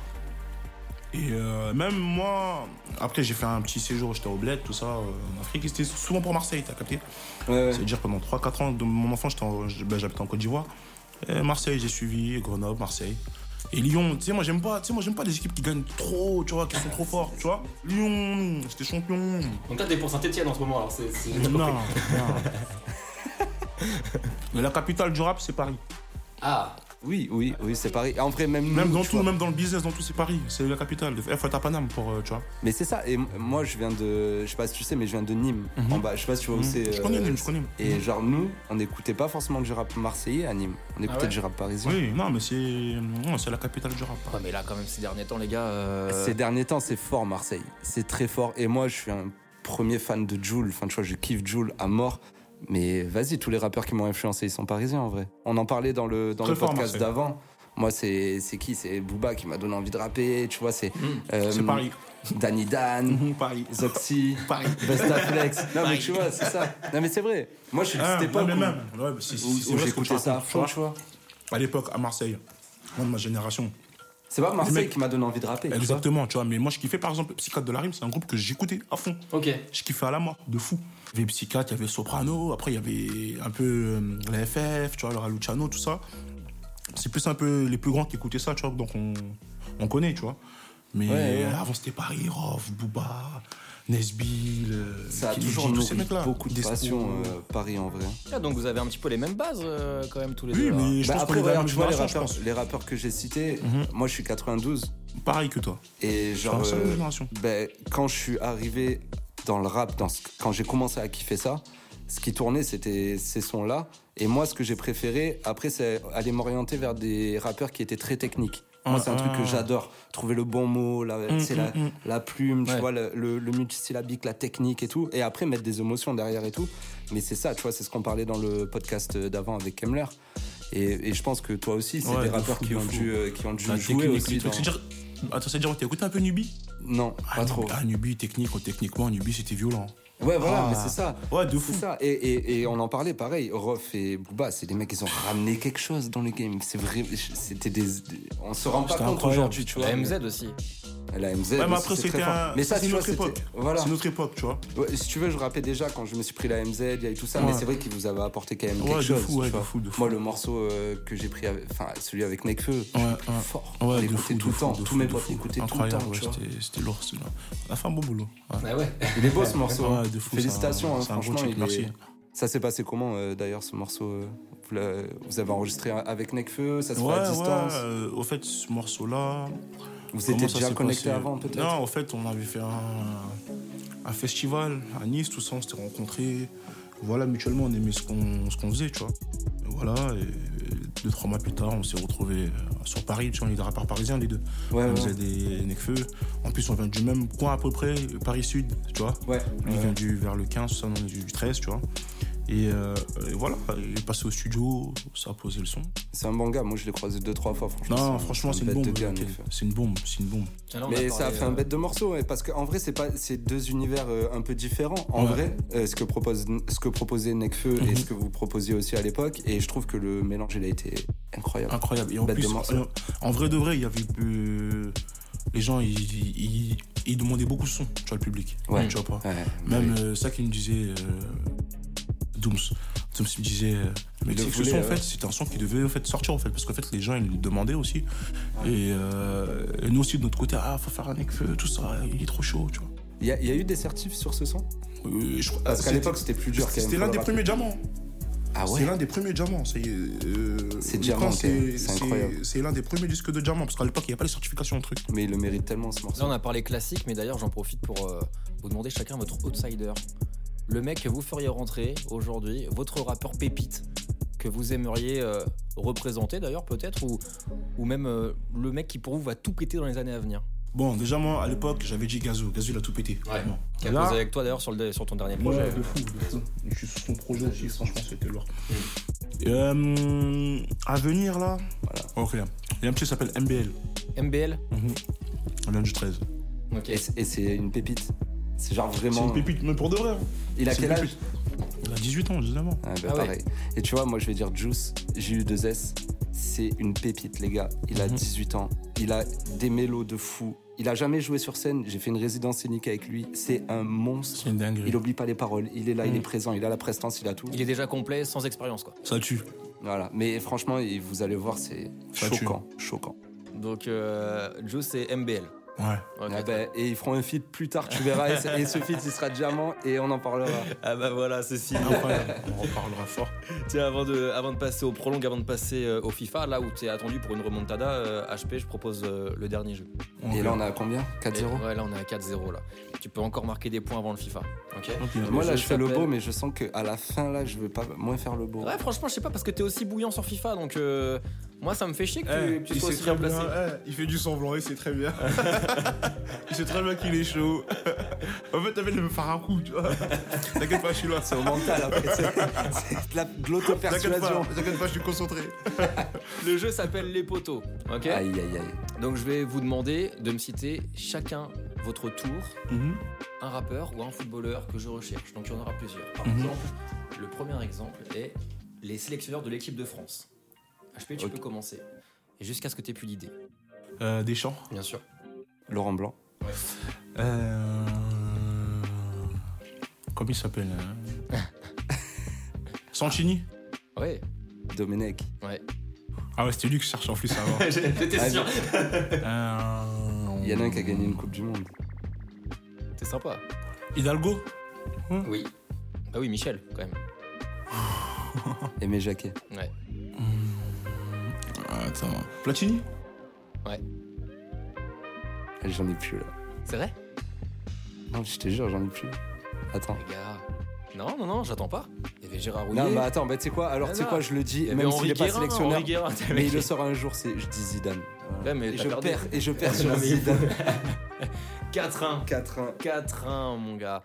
[SPEAKER 4] Et euh, même moi, Après, j'ai fait un petit séjour, j'étais au Bled, tout ça, euh, en Afrique. Et C'était souvent pour Marseille, t'as capté
[SPEAKER 3] Ouais, ouais.
[SPEAKER 4] C'est-à-dire pendant 3-4 ans de mon enfant, j'étais en- je- ben, j'habitais en Côte d'Ivoire. Et Marseille, j'ai suivi, Grenoble, Marseille. Et Lyon, tu sais, moi j'aime pas, tu sais, moi j'aime pas les équipes qui gagnent trop, tu vois, qui sont trop fortes, tu vois. Lyon, j'étais champion.
[SPEAKER 8] Donc là, t'es pour Saint-Etienne en ce moment, alors c'est. c'est-
[SPEAKER 4] Non, non. Mais la capitale du rap, c'est Paris.
[SPEAKER 8] Ah,
[SPEAKER 3] Oui, oui, oui, c'est pareil. En vrai, même,
[SPEAKER 4] Même
[SPEAKER 3] nous,
[SPEAKER 4] dans
[SPEAKER 3] tu
[SPEAKER 4] tout,
[SPEAKER 3] vois.
[SPEAKER 4] même dans le business, dans tout, c'est Paris. C'est la capitale. Il faut être à Paname pour, euh, tu vois.
[SPEAKER 3] Mais c'est ça. Et m- moi, je viens de, je sais pas si tu sais, mais je viens de Nîmes. En bas, je sais pas si tu vois où c'est.
[SPEAKER 4] Mhm. Je connais
[SPEAKER 3] euh,
[SPEAKER 4] Nîmes, je connais.
[SPEAKER 3] Et genre nous, on n'écoutait pas forcément du rap marseillais à Nîmes. On écoutait
[SPEAKER 2] Ah ouais
[SPEAKER 3] du rap parisien.
[SPEAKER 4] Oui, non, mais c'est, non, c'est la capitale du rap.
[SPEAKER 2] Ouais, mais là, quand même, ces derniers temps, les gars. euh,
[SPEAKER 3] Ces derniers temps, c'est fort Marseille. C'est très fort. Et moi, je suis un premier fan de Joule. Enfin, tu vois, je kiffe Joule à mort. Mais vas-y, tous les rappeurs qui m'ont influencé, ils sont parisiens en vrai. On en parlait dans le, dans
[SPEAKER 4] Très
[SPEAKER 3] le
[SPEAKER 4] fort,
[SPEAKER 3] podcast
[SPEAKER 4] Marseille.
[SPEAKER 3] d'avant. Moi, c'est c'est qui C'est Booba qui m'a donné envie de rapper. Tu vois, c'est. euh,
[SPEAKER 4] Hmm. C'est Paris.
[SPEAKER 3] Danny Dan,
[SPEAKER 4] Mhm, Paris.
[SPEAKER 3] Zoxy,
[SPEAKER 4] Paris.
[SPEAKER 3] Bestaflex. Non, mais tu vois, c'est ça. Non, mais c'est vrai. Moi, je suis de
[SPEAKER 4] Ah,
[SPEAKER 3] cette
[SPEAKER 4] non,
[SPEAKER 3] époque
[SPEAKER 4] mais
[SPEAKER 3] où-
[SPEAKER 4] même. Ouais, mais c'est- c'est- c'est
[SPEAKER 3] où, où
[SPEAKER 4] vrai ce que tu
[SPEAKER 3] j'écoutais Oh, ça à
[SPEAKER 4] racontes, tu
[SPEAKER 3] fond,
[SPEAKER 4] vois.
[SPEAKER 3] tu vois.
[SPEAKER 4] À l'époque, à Marseille, moi de ma génération.
[SPEAKER 3] C'est pas Marseille
[SPEAKER 4] mecs-
[SPEAKER 3] qui m'a donné envie de rapper. tu vois.
[SPEAKER 4] Exactement, tu vois. Mais moi, je kiffais par exemple Psychiatre de la Rime, c'est un groupe que j'écoutais à fond.
[SPEAKER 8] ok.
[SPEAKER 4] Je kiffais à la mort, de fou. Il y avait Psychiatre, il y avait Soprano, après il y avait un peu euh, la FF, tu vois, Laura Luciano, tout ça. C'est plus un peu les plus grands qui écoutaient ça, tu vois, donc on, on connaît, tu vois. Mais
[SPEAKER 3] Ouais, ouais.
[SPEAKER 4] avant, c'était Paris, Rof, Booba, Nesbill, euh,
[SPEAKER 3] Ça a
[SPEAKER 4] Kenny
[SPEAKER 3] toujours
[SPEAKER 4] G, tous
[SPEAKER 3] nourri
[SPEAKER 4] ces mecs-là.
[SPEAKER 3] beaucoup de
[SPEAKER 4] Des-
[SPEAKER 3] passion, euh, Paris en vrai.
[SPEAKER 2] ah, donc, vous avez un petit peu les mêmes bases, euh, quand même, tous les
[SPEAKER 4] Oui,
[SPEAKER 2] deux. là.
[SPEAKER 4] mais je
[SPEAKER 3] Bah,
[SPEAKER 4] pense
[SPEAKER 3] après,
[SPEAKER 4] qu'on est de la
[SPEAKER 3] regarde,
[SPEAKER 4] même
[SPEAKER 3] tu vois, les
[SPEAKER 4] génération, je
[SPEAKER 3] rappeurs,
[SPEAKER 4] pense. Mhm.
[SPEAKER 3] les rappeurs que j'ai cités, moi je suis 92.
[SPEAKER 4] Pareil que toi.
[SPEAKER 3] Et genre,
[SPEAKER 4] la seule
[SPEAKER 3] euh,
[SPEAKER 4] génération.
[SPEAKER 3] ben, quand je suis arrivé dans le rap, dans ce- quand j'ai commencé à kiffer ça, ce qui tournait, c'était ces sons-là. Et moi, ce que j'ai préféré, après, c'est aller m'orienter vers des rappeurs qui étaient très techniques. Moi,
[SPEAKER 4] Ah,
[SPEAKER 3] c'est un truc
[SPEAKER 4] ah.
[SPEAKER 3] que j'adore. Trouver le bon mot, la, tu sais, la, la plume, tu
[SPEAKER 2] Ouais.
[SPEAKER 3] vois, le, le- le multisyllabique, la technique et tout. Et après, mettre des émotions derrière et tout. Mais c'est ça, tu vois, c'est ce qu'on parlait dans le podcast d'avant avec Kemmler. Et, et je pense que toi aussi, c'est
[SPEAKER 4] Ouais,
[SPEAKER 3] des
[SPEAKER 4] de
[SPEAKER 3] rappeurs
[SPEAKER 4] fou,
[SPEAKER 3] qui,
[SPEAKER 4] de
[SPEAKER 3] ont
[SPEAKER 4] fou.
[SPEAKER 3] dû, euh, qui ont dû
[SPEAKER 4] La
[SPEAKER 3] jouer
[SPEAKER 4] technique, les
[SPEAKER 3] aussi.
[SPEAKER 4] trucs.
[SPEAKER 3] dans-
[SPEAKER 4] C'est-à-dire- Attends, c'est-à-dire, t'as écouté un peu Nubi
[SPEAKER 3] Non,
[SPEAKER 4] Ah,
[SPEAKER 3] pas
[SPEAKER 4] Nubi-
[SPEAKER 3] trop.
[SPEAKER 4] Ah, Nubi, technique, oh, techniquement, Nubi, c'était violent.
[SPEAKER 3] Ouais, voilà,
[SPEAKER 4] Ah.
[SPEAKER 3] mais c'est ça.
[SPEAKER 4] Ouais, de
[SPEAKER 3] C'est
[SPEAKER 4] fou.
[SPEAKER 3] ça. Et, et- et on en parlait pareil. Rof et Booba, c'est des mecs, ils ont ramené quelque chose dans les games. C'est vrai, c'était des. On se rend pas
[SPEAKER 4] C'était
[SPEAKER 3] compte
[SPEAKER 4] incroyable.
[SPEAKER 3] aujourd'hui, tu vois.
[SPEAKER 2] La MZ aussi.
[SPEAKER 3] La MZ.
[SPEAKER 4] Ouais,
[SPEAKER 3] aussi,
[SPEAKER 4] mais après,
[SPEAKER 3] c'est
[SPEAKER 4] c'était
[SPEAKER 3] très fort.
[SPEAKER 4] un...
[SPEAKER 3] Mais ça,
[SPEAKER 4] c'est
[SPEAKER 3] tu
[SPEAKER 4] une
[SPEAKER 3] vois,
[SPEAKER 4] autre
[SPEAKER 3] c'était.
[SPEAKER 4] époque.
[SPEAKER 3] Voilà.
[SPEAKER 4] C'est une autre époque, tu vois.
[SPEAKER 3] Ouais, si tu veux, je rappais déjà quand je me suis pris la MZ, il y a eu tout ça,
[SPEAKER 4] Ouais.
[SPEAKER 3] mais c'est vrai qu'il vous avait apporté quand même
[SPEAKER 4] Ouais,
[SPEAKER 3] quelque
[SPEAKER 4] de
[SPEAKER 3] chose.
[SPEAKER 4] fou, ouais,
[SPEAKER 3] tu
[SPEAKER 4] de
[SPEAKER 3] vois.
[SPEAKER 4] fou, de fou.
[SPEAKER 3] Moi, le morceau euh, que j'ai pris, avec- enfin celui avec Nekfeu, je
[SPEAKER 4] Ouais,
[SPEAKER 3] l'ai pris
[SPEAKER 4] ouais.
[SPEAKER 3] fort.
[SPEAKER 4] Ouais,
[SPEAKER 3] on
[SPEAKER 4] de
[SPEAKER 3] l'écoutait
[SPEAKER 4] fou,
[SPEAKER 3] tout
[SPEAKER 4] de
[SPEAKER 3] le
[SPEAKER 4] fou,
[SPEAKER 3] temps.
[SPEAKER 4] de
[SPEAKER 3] Tous
[SPEAKER 4] fou,
[SPEAKER 3] mes
[SPEAKER 4] de
[SPEAKER 3] potes
[SPEAKER 4] fou.
[SPEAKER 3] l'écoutaient tout le
[SPEAKER 4] Incroyable,
[SPEAKER 3] temps.
[SPEAKER 4] ouais,
[SPEAKER 3] tu vois.
[SPEAKER 4] c'était- C'était lourd, celui-là. La femme, bon boulot. Ouais.
[SPEAKER 8] Bah ouais.
[SPEAKER 3] Il est beau ce morceau.
[SPEAKER 4] Ouais, de fou, ça.
[SPEAKER 3] Félicitations, hein,
[SPEAKER 4] C'est un gros
[SPEAKER 3] franchement,
[SPEAKER 4] tube,
[SPEAKER 3] il est-
[SPEAKER 4] merci.
[SPEAKER 3] Ça s'est passé comment euh, d'ailleurs ce morceau euh, vous, l'avez- vous avez enregistré avec Nekfeu, ça se
[SPEAKER 4] Ouais,
[SPEAKER 3] fait à
[SPEAKER 4] ouais,
[SPEAKER 3] distance.
[SPEAKER 4] euh, au fait, ce morceau-là...
[SPEAKER 3] vous
[SPEAKER 4] comment
[SPEAKER 3] étiez
[SPEAKER 4] ça
[SPEAKER 3] déjà
[SPEAKER 4] s'est
[SPEAKER 3] connecté
[SPEAKER 4] passé
[SPEAKER 3] avant peut-être
[SPEAKER 4] Non, en fait, on avait fait un, un festival à Nice, tout ça, on s'était rencontrés. Voilà, mutuellement, on aimait ce qu'on ce qu'on faisait, tu vois. Et voilà, et deux, trois mois plus tard, on s'est retrouvés euh, sur Paris, tu vois, on est des rappeurs parisiens, les deux.
[SPEAKER 3] Ouais,
[SPEAKER 4] on
[SPEAKER 3] ouais.
[SPEAKER 4] faisait Euh, des Necfeu. En plus, on vient du même coin à peu près, Paris-Sud, tu vois.
[SPEAKER 3] Ouais.
[SPEAKER 4] Lui il vient du, vers le 15, ça, on est du 13, tu vois. Et, euh, et voilà, il est passé au studio, ça a posé le son.
[SPEAKER 3] C'est un bon gars, moi je l'ai croisé deux trois fois franchement.
[SPEAKER 4] Non,
[SPEAKER 3] un-
[SPEAKER 4] franchement,
[SPEAKER 3] un
[SPEAKER 4] c'est une
[SPEAKER 3] bête
[SPEAKER 4] bombe.
[SPEAKER 3] de gars,
[SPEAKER 4] ok.
[SPEAKER 3] Nekfeu.
[SPEAKER 4] C'est une bombe, c'est une bombe.
[SPEAKER 2] Là, on
[SPEAKER 3] Mais ça a
[SPEAKER 2] parlé,
[SPEAKER 3] fait un
[SPEAKER 2] euh,
[SPEAKER 3] bête de morceau, ouais, parce qu'en vrai, c'est pas c'est deux univers euh, un peu différents. En
[SPEAKER 4] Ouais. Mhm.
[SPEAKER 3] vrai, euh, ce que propose ce que proposait Nekfeu et ce que vous proposiez aussi à l'époque, et je trouve que le mélange il a été incroyable.
[SPEAKER 4] Incroyable. Et en
[SPEAKER 3] Bête
[SPEAKER 4] plus,
[SPEAKER 3] de morceau.
[SPEAKER 4] euh, en vrai de vrai, il y avait. euh, les gens, ils, ils, ils demandaient beaucoup de son, tu vois, le public.
[SPEAKER 3] Ouais.
[SPEAKER 4] Tu vois pas.
[SPEAKER 3] Ouais,
[SPEAKER 4] Même
[SPEAKER 3] oui.
[SPEAKER 4] euh, ça qui me disait. euh, Dooms. Dooms il me disait. euh, mais
[SPEAKER 3] Il le
[SPEAKER 4] tu sais que ce
[SPEAKER 3] voulait,
[SPEAKER 4] son, en
[SPEAKER 3] ouais.
[SPEAKER 4] fait, c'était un son qui devait en fait, sortir, en fait, parce qu'en fait, les gens, ils le demandaient aussi. Et, euh, et nous aussi, de notre côté, ah, faut faire un Nekfeu, tout ça, il est trop chaud, tu vois.
[SPEAKER 3] il y, a- il y a eu des certifs sur ce son
[SPEAKER 4] Euh, je crois-
[SPEAKER 3] Parce qu'à
[SPEAKER 4] c'était-
[SPEAKER 3] l'époque, c'était plus dur quand même,
[SPEAKER 4] C'était
[SPEAKER 3] faut
[SPEAKER 4] l'un
[SPEAKER 3] le
[SPEAKER 4] des
[SPEAKER 3] rappeler.
[SPEAKER 4] premiers diamants.
[SPEAKER 3] Ah
[SPEAKER 4] C'est
[SPEAKER 3] ouais.
[SPEAKER 4] l'un des premiers diamants. C'est euh,
[SPEAKER 3] C'est
[SPEAKER 4] je
[SPEAKER 3] diamant,
[SPEAKER 4] pense que
[SPEAKER 3] c'est- c'est incroyable.
[SPEAKER 4] C'est l'un des premiers disques de diamant, parce qu'à l'époque, il n'y a pas les certifications, le truc.
[SPEAKER 3] Mais il le mérite tellement ce morceau.
[SPEAKER 2] Là, on a parlé classique, mais d'ailleurs, j'en profite pour euh, vous demander chacun votre outsider. Le mec que vous feriez rentrer aujourd'hui, votre rappeur pépite que vous aimeriez euh, représenter d'ailleurs peut-être, ou, ou même euh, le mec qui pour vous va tout péter dans les années à venir.
[SPEAKER 4] Bon, déjà, moi, à l'époque, j'avais dit Gazou. Gazou, il a tout pété.
[SPEAKER 8] Ouais.
[SPEAKER 4] Bon.
[SPEAKER 2] Qui a
[SPEAKER 4] Là-
[SPEAKER 2] posé avec toi d'ailleurs sur, le- sur ton dernier projet.
[SPEAKER 4] de fou, de fou. Je suis sur son projet aussi, franchement, c'était lourd. Euh, à venir, là Ok. Il y a un petit qui s'appelle MBL.
[SPEAKER 2] MBL
[SPEAKER 4] On vient du 13.
[SPEAKER 2] Ok.
[SPEAKER 3] Et, c- et c'est une pépite. C'est genre
[SPEAKER 4] C'est
[SPEAKER 3] vraiment.
[SPEAKER 4] une pépite, mais pour de vrai. hein.
[SPEAKER 3] Il a
[SPEAKER 4] C'est une
[SPEAKER 3] quel âge
[SPEAKER 4] pépite. Il a 18 ans, 19 ans.
[SPEAKER 3] Ah bah
[SPEAKER 2] Ah ouais.
[SPEAKER 3] pareil. Et tu vois, moi je vais dire Juice, J-U-2-S. c'est une pépite, les gars. Il a
[SPEAKER 2] Mhm.
[SPEAKER 3] 18 ans. Il a des mélos de fou. Il a jamais joué sur scène. J'ai fait une résidence scénique avec lui. C'est un monstre.
[SPEAKER 4] C'est une dinguerie.
[SPEAKER 3] Il oublie pas les paroles. Il est là, il
[SPEAKER 4] Mhm.
[SPEAKER 3] est présent. Il a la prestance, il a tout.
[SPEAKER 2] Il est déjà complet, sans expérience, quoi.
[SPEAKER 4] Ça tue.
[SPEAKER 3] Voilà. Mais franchement, il- vous allez voir, c'est
[SPEAKER 4] Ça tue.
[SPEAKER 3] choquant. Choquant.
[SPEAKER 2] Donc, euh, Joe, c'est MBL.
[SPEAKER 4] Ouais.
[SPEAKER 2] Ok.
[SPEAKER 3] Ah ben, et ils feront un feat plus tard, tu verras. et, ce- et ce feat, il sera diamant et on en parlera.
[SPEAKER 2] Ah bah voilà, ceci.
[SPEAKER 4] Incroyable. On en parlera fort.
[SPEAKER 2] Tiens, avant de, avant de passer au prolong, avant de passer euh, au FIFA, là où t'es attendu pour une remontada, euh, HP, je propose euh, le dernier jeu.
[SPEAKER 3] Et là, on a combien 4-0
[SPEAKER 2] Et- Ouais, là on est à 4-0 là. Tu peux encore marquer des points avant le FIFA. Ok.
[SPEAKER 4] Ok.
[SPEAKER 3] Moi,
[SPEAKER 2] Le
[SPEAKER 3] là,
[SPEAKER 2] jeu
[SPEAKER 3] je fais le beau,
[SPEAKER 2] s'appelle-
[SPEAKER 3] mais je sens qu'à la fin, là, je veux pas moins faire le beau.
[SPEAKER 2] Ouais, franchement, je sais pas parce que t'es aussi bouillant sur FIFA, donc euh, moi ça me fait chier que
[SPEAKER 4] Eh,
[SPEAKER 2] tu, que tu
[SPEAKER 4] il
[SPEAKER 2] sois
[SPEAKER 4] sait
[SPEAKER 2] aussi bien
[SPEAKER 4] très
[SPEAKER 2] placé.
[SPEAKER 4] bien, eh, il fait du semblant, il sait très bien. il sait très bien qu'il est chaud. en fait, t'as fait de me faire un coup, tu vois. T'inquiète pas, je suis là.
[SPEAKER 3] C'est au mental, après. C'est c'est de la- de
[SPEAKER 4] T'inquiète pas,
[SPEAKER 3] l'auto-persuasion.
[SPEAKER 4] t'inquiète pas, je suis concentré.
[SPEAKER 2] Le jeu s'appelle Les Poteaux. Ok.
[SPEAKER 3] Aïe, aïe, aïe.
[SPEAKER 2] Donc je vais vous demander de me citer chacun votre tour,
[SPEAKER 3] Mhm.
[SPEAKER 2] un rappeur ou un footballeur que je recherche. Donc il y en aura plusieurs. Par
[SPEAKER 4] Mhm.
[SPEAKER 2] exemple, le premier exemple est les sélectionneurs de l'équipe de France. HP, tu
[SPEAKER 3] Ok.
[SPEAKER 2] peux commencer. Et jusqu'à ce que t'aies plus d'idées.
[SPEAKER 4] Euh, Deschamps.
[SPEAKER 2] Bien sûr.
[SPEAKER 3] Laurent Blanc.
[SPEAKER 4] Euh... Comment il s'appelle euh Santini
[SPEAKER 2] Ouais.
[SPEAKER 3] Domenech.
[SPEAKER 4] Ah ouais, c'était lui que je cherchais en plus avant.
[SPEAKER 8] J'étais sûr.
[SPEAKER 4] euh...
[SPEAKER 3] Il y en a un qui a gagné une Coupe du Monde.
[SPEAKER 2] C'est sympa.
[SPEAKER 4] Hidalgo
[SPEAKER 2] Oui. Bah oui, Michel, quand même.
[SPEAKER 3] Aimé Jacquet.
[SPEAKER 2] Ouais.
[SPEAKER 4] Ah, Attends. Platini
[SPEAKER 3] Ah, J'en ai plus, là.
[SPEAKER 2] C'est vrai
[SPEAKER 3] Non, je te jure, j'en ai plus. Attends.
[SPEAKER 2] Les gars. Non, non, non, j'attends pas. Il y avait Gérard Rouillet.
[SPEAKER 3] Non, mais attends, bah, tu sais quoi Alors,
[SPEAKER 2] Ah,
[SPEAKER 3] tu sais
[SPEAKER 2] non.
[SPEAKER 3] quoi, je le dis,
[SPEAKER 2] il y avait
[SPEAKER 3] même s'il
[SPEAKER 2] Henri
[SPEAKER 3] n'est pas
[SPEAKER 2] Guérin.
[SPEAKER 3] sélectionneur.
[SPEAKER 2] Henri Guérin, t'as
[SPEAKER 3] Mais
[SPEAKER 2] mec.
[SPEAKER 3] il le sort un jour, c'est je dis Zidane.
[SPEAKER 2] Ouais, mais
[SPEAKER 3] Et
[SPEAKER 2] t'as
[SPEAKER 3] je
[SPEAKER 2] perdu.
[SPEAKER 3] perds, et je perds
[SPEAKER 2] Non,
[SPEAKER 3] sur
[SPEAKER 2] mais-
[SPEAKER 3] Zidane. 4-1.
[SPEAKER 2] 4-1. 4-1, mon gars.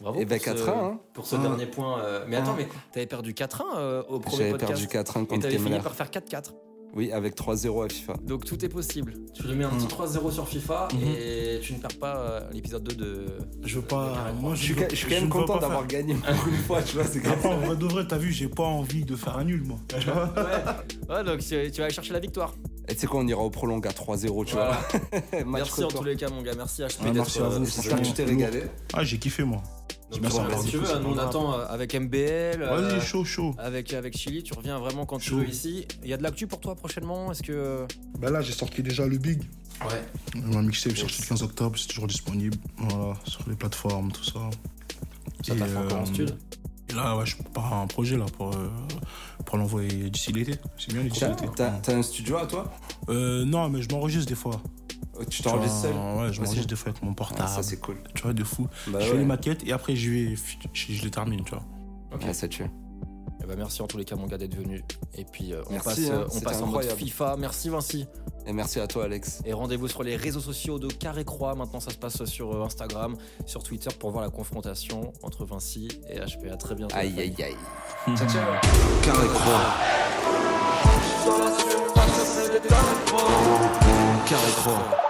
[SPEAKER 2] Bravo.
[SPEAKER 3] Eh ben,
[SPEAKER 2] pour ce-
[SPEAKER 3] 4-1, hein.
[SPEAKER 2] Pour ce
[SPEAKER 3] Ah.
[SPEAKER 2] dernier point. euh, Mais attends,
[SPEAKER 3] Ah.
[SPEAKER 4] Hein.
[SPEAKER 2] mais t'avais perdu 4-1 euh, au premier
[SPEAKER 3] J'avais
[SPEAKER 2] podcast.
[SPEAKER 3] perdu 4-1
[SPEAKER 2] et
[SPEAKER 3] contre
[SPEAKER 2] t'avais fini
[SPEAKER 3] Kemmler.
[SPEAKER 2] par faire 4-4.
[SPEAKER 3] Oui, avec 3-0 à FIFA.
[SPEAKER 2] Donc tout est possible. Tu lui mets
[SPEAKER 4] Mmh.
[SPEAKER 2] un petit 3-0 sur FIFA et tu ne perds pas euh, l'épisode 2 de.
[SPEAKER 4] Oh, Je veux pas. Moi,
[SPEAKER 3] Je suis, ca- je suis quand même content d'avoir gagné pour une fois, tu vois, c'est grave.
[SPEAKER 4] Après, en vrai de vrai, t'as vu, j'ai pas envie de faire un nul, moi. Tu vois
[SPEAKER 2] Ouais, ouais donc tu, tu vas aller chercher la victoire.
[SPEAKER 3] Et tu sais quoi, on ira au prolong à 3-0, tu
[SPEAKER 2] Voilà.
[SPEAKER 3] vois. Match
[SPEAKER 2] Merci en
[SPEAKER 3] retour.
[SPEAKER 2] tous les cas, mon gars. Merci HP
[SPEAKER 4] Ouais,
[SPEAKER 2] d'être,
[SPEAKER 4] Ah, merci à
[SPEAKER 2] euh,
[SPEAKER 4] vous,
[SPEAKER 3] J'espère que tu t'es
[SPEAKER 4] Franchement.
[SPEAKER 3] régalé.
[SPEAKER 4] Ah, j'ai kiffé, moi.
[SPEAKER 2] Donc,
[SPEAKER 4] Merci
[SPEAKER 2] tu
[SPEAKER 4] encore.
[SPEAKER 2] reviens si tu veux,
[SPEAKER 4] C'est
[SPEAKER 2] hein, nous on
[SPEAKER 4] pas grave.
[SPEAKER 2] attend euh, avec MBL. euh,
[SPEAKER 4] Vas-y, chaud, chaud.
[SPEAKER 2] Avec, avec Chili, tu reviens vraiment quand tu
[SPEAKER 4] Chaud.
[SPEAKER 2] veux ici. Il y a de l'actu pour toi prochainement Est-ce que. euh,
[SPEAKER 4] Bah là, j'ai sorti déjà le Big.
[SPEAKER 2] Ouais.
[SPEAKER 4] Ma mixtape sorti le 15 octobre, c'est toujours disponible. Voilà, sur les plateformes, tout ça.
[SPEAKER 2] Ça
[SPEAKER 4] Et,
[SPEAKER 2] t'a fait encore en
[SPEAKER 4] euh,
[SPEAKER 2] stud
[SPEAKER 4] Et là, ouais, je pars à un projet là pour, euh, pour l'envoyer d'ici l'été. C'est bien d'ici
[SPEAKER 3] Tiens,
[SPEAKER 4] l'été.
[SPEAKER 3] T'as t'as un studio à toi
[SPEAKER 4] Euh, non, mais je m'enregistre des fois.
[SPEAKER 3] Oh, Tu t'enregistres
[SPEAKER 4] Genre,
[SPEAKER 3] seul
[SPEAKER 4] Ouais, je
[SPEAKER 3] Vas-y.
[SPEAKER 4] m'enregistre des fois avec mon
[SPEAKER 3] Ah,
[SPEAKER 4] portable.
[SPEAKER 3] Ça, c'est cool.
[SPEAKER 4] tu vois, de fou.
[SPEAKER 3] Bah
[SPEAKER 4] je fais les
[SPEAKER 3] ouais.
[SPEAKER 4] maquettes et après, je vais. Je, je les termine, tu vois.
[SPEAKER 3] Ouais, ça tue.
[SPEAKER 2] Eh ben, merci en tous les cas, mon gars, d'être venu. Et puis, euh, on
[SPEAKER 3] Merci,
[SPEAKER 2] passe, euh,
[SPEAKER 3] hein,
[SPEAKER 2] on
[SPEAKER 3] c'était
[SPEAKER 2] passe en mode
[SPEAKER 3] incroyable.
[SPEAKER 2] FIFA. Merci, Vinci.
[SPEAKER 3] Et merci à toi, Alex.
[SPEAKER 2] Et rendez-vous sur les réseaux sociaux de Carré Croix. Maintenant, ça se passe sur euh, Instagram, sur Twitter pour voir la confrontation entre Vinci et HP. À très bientôt.
[SPEAKER 3] Aïe, aïe, aïe.
[SPEAKER 1] Carré croix. Carré croix.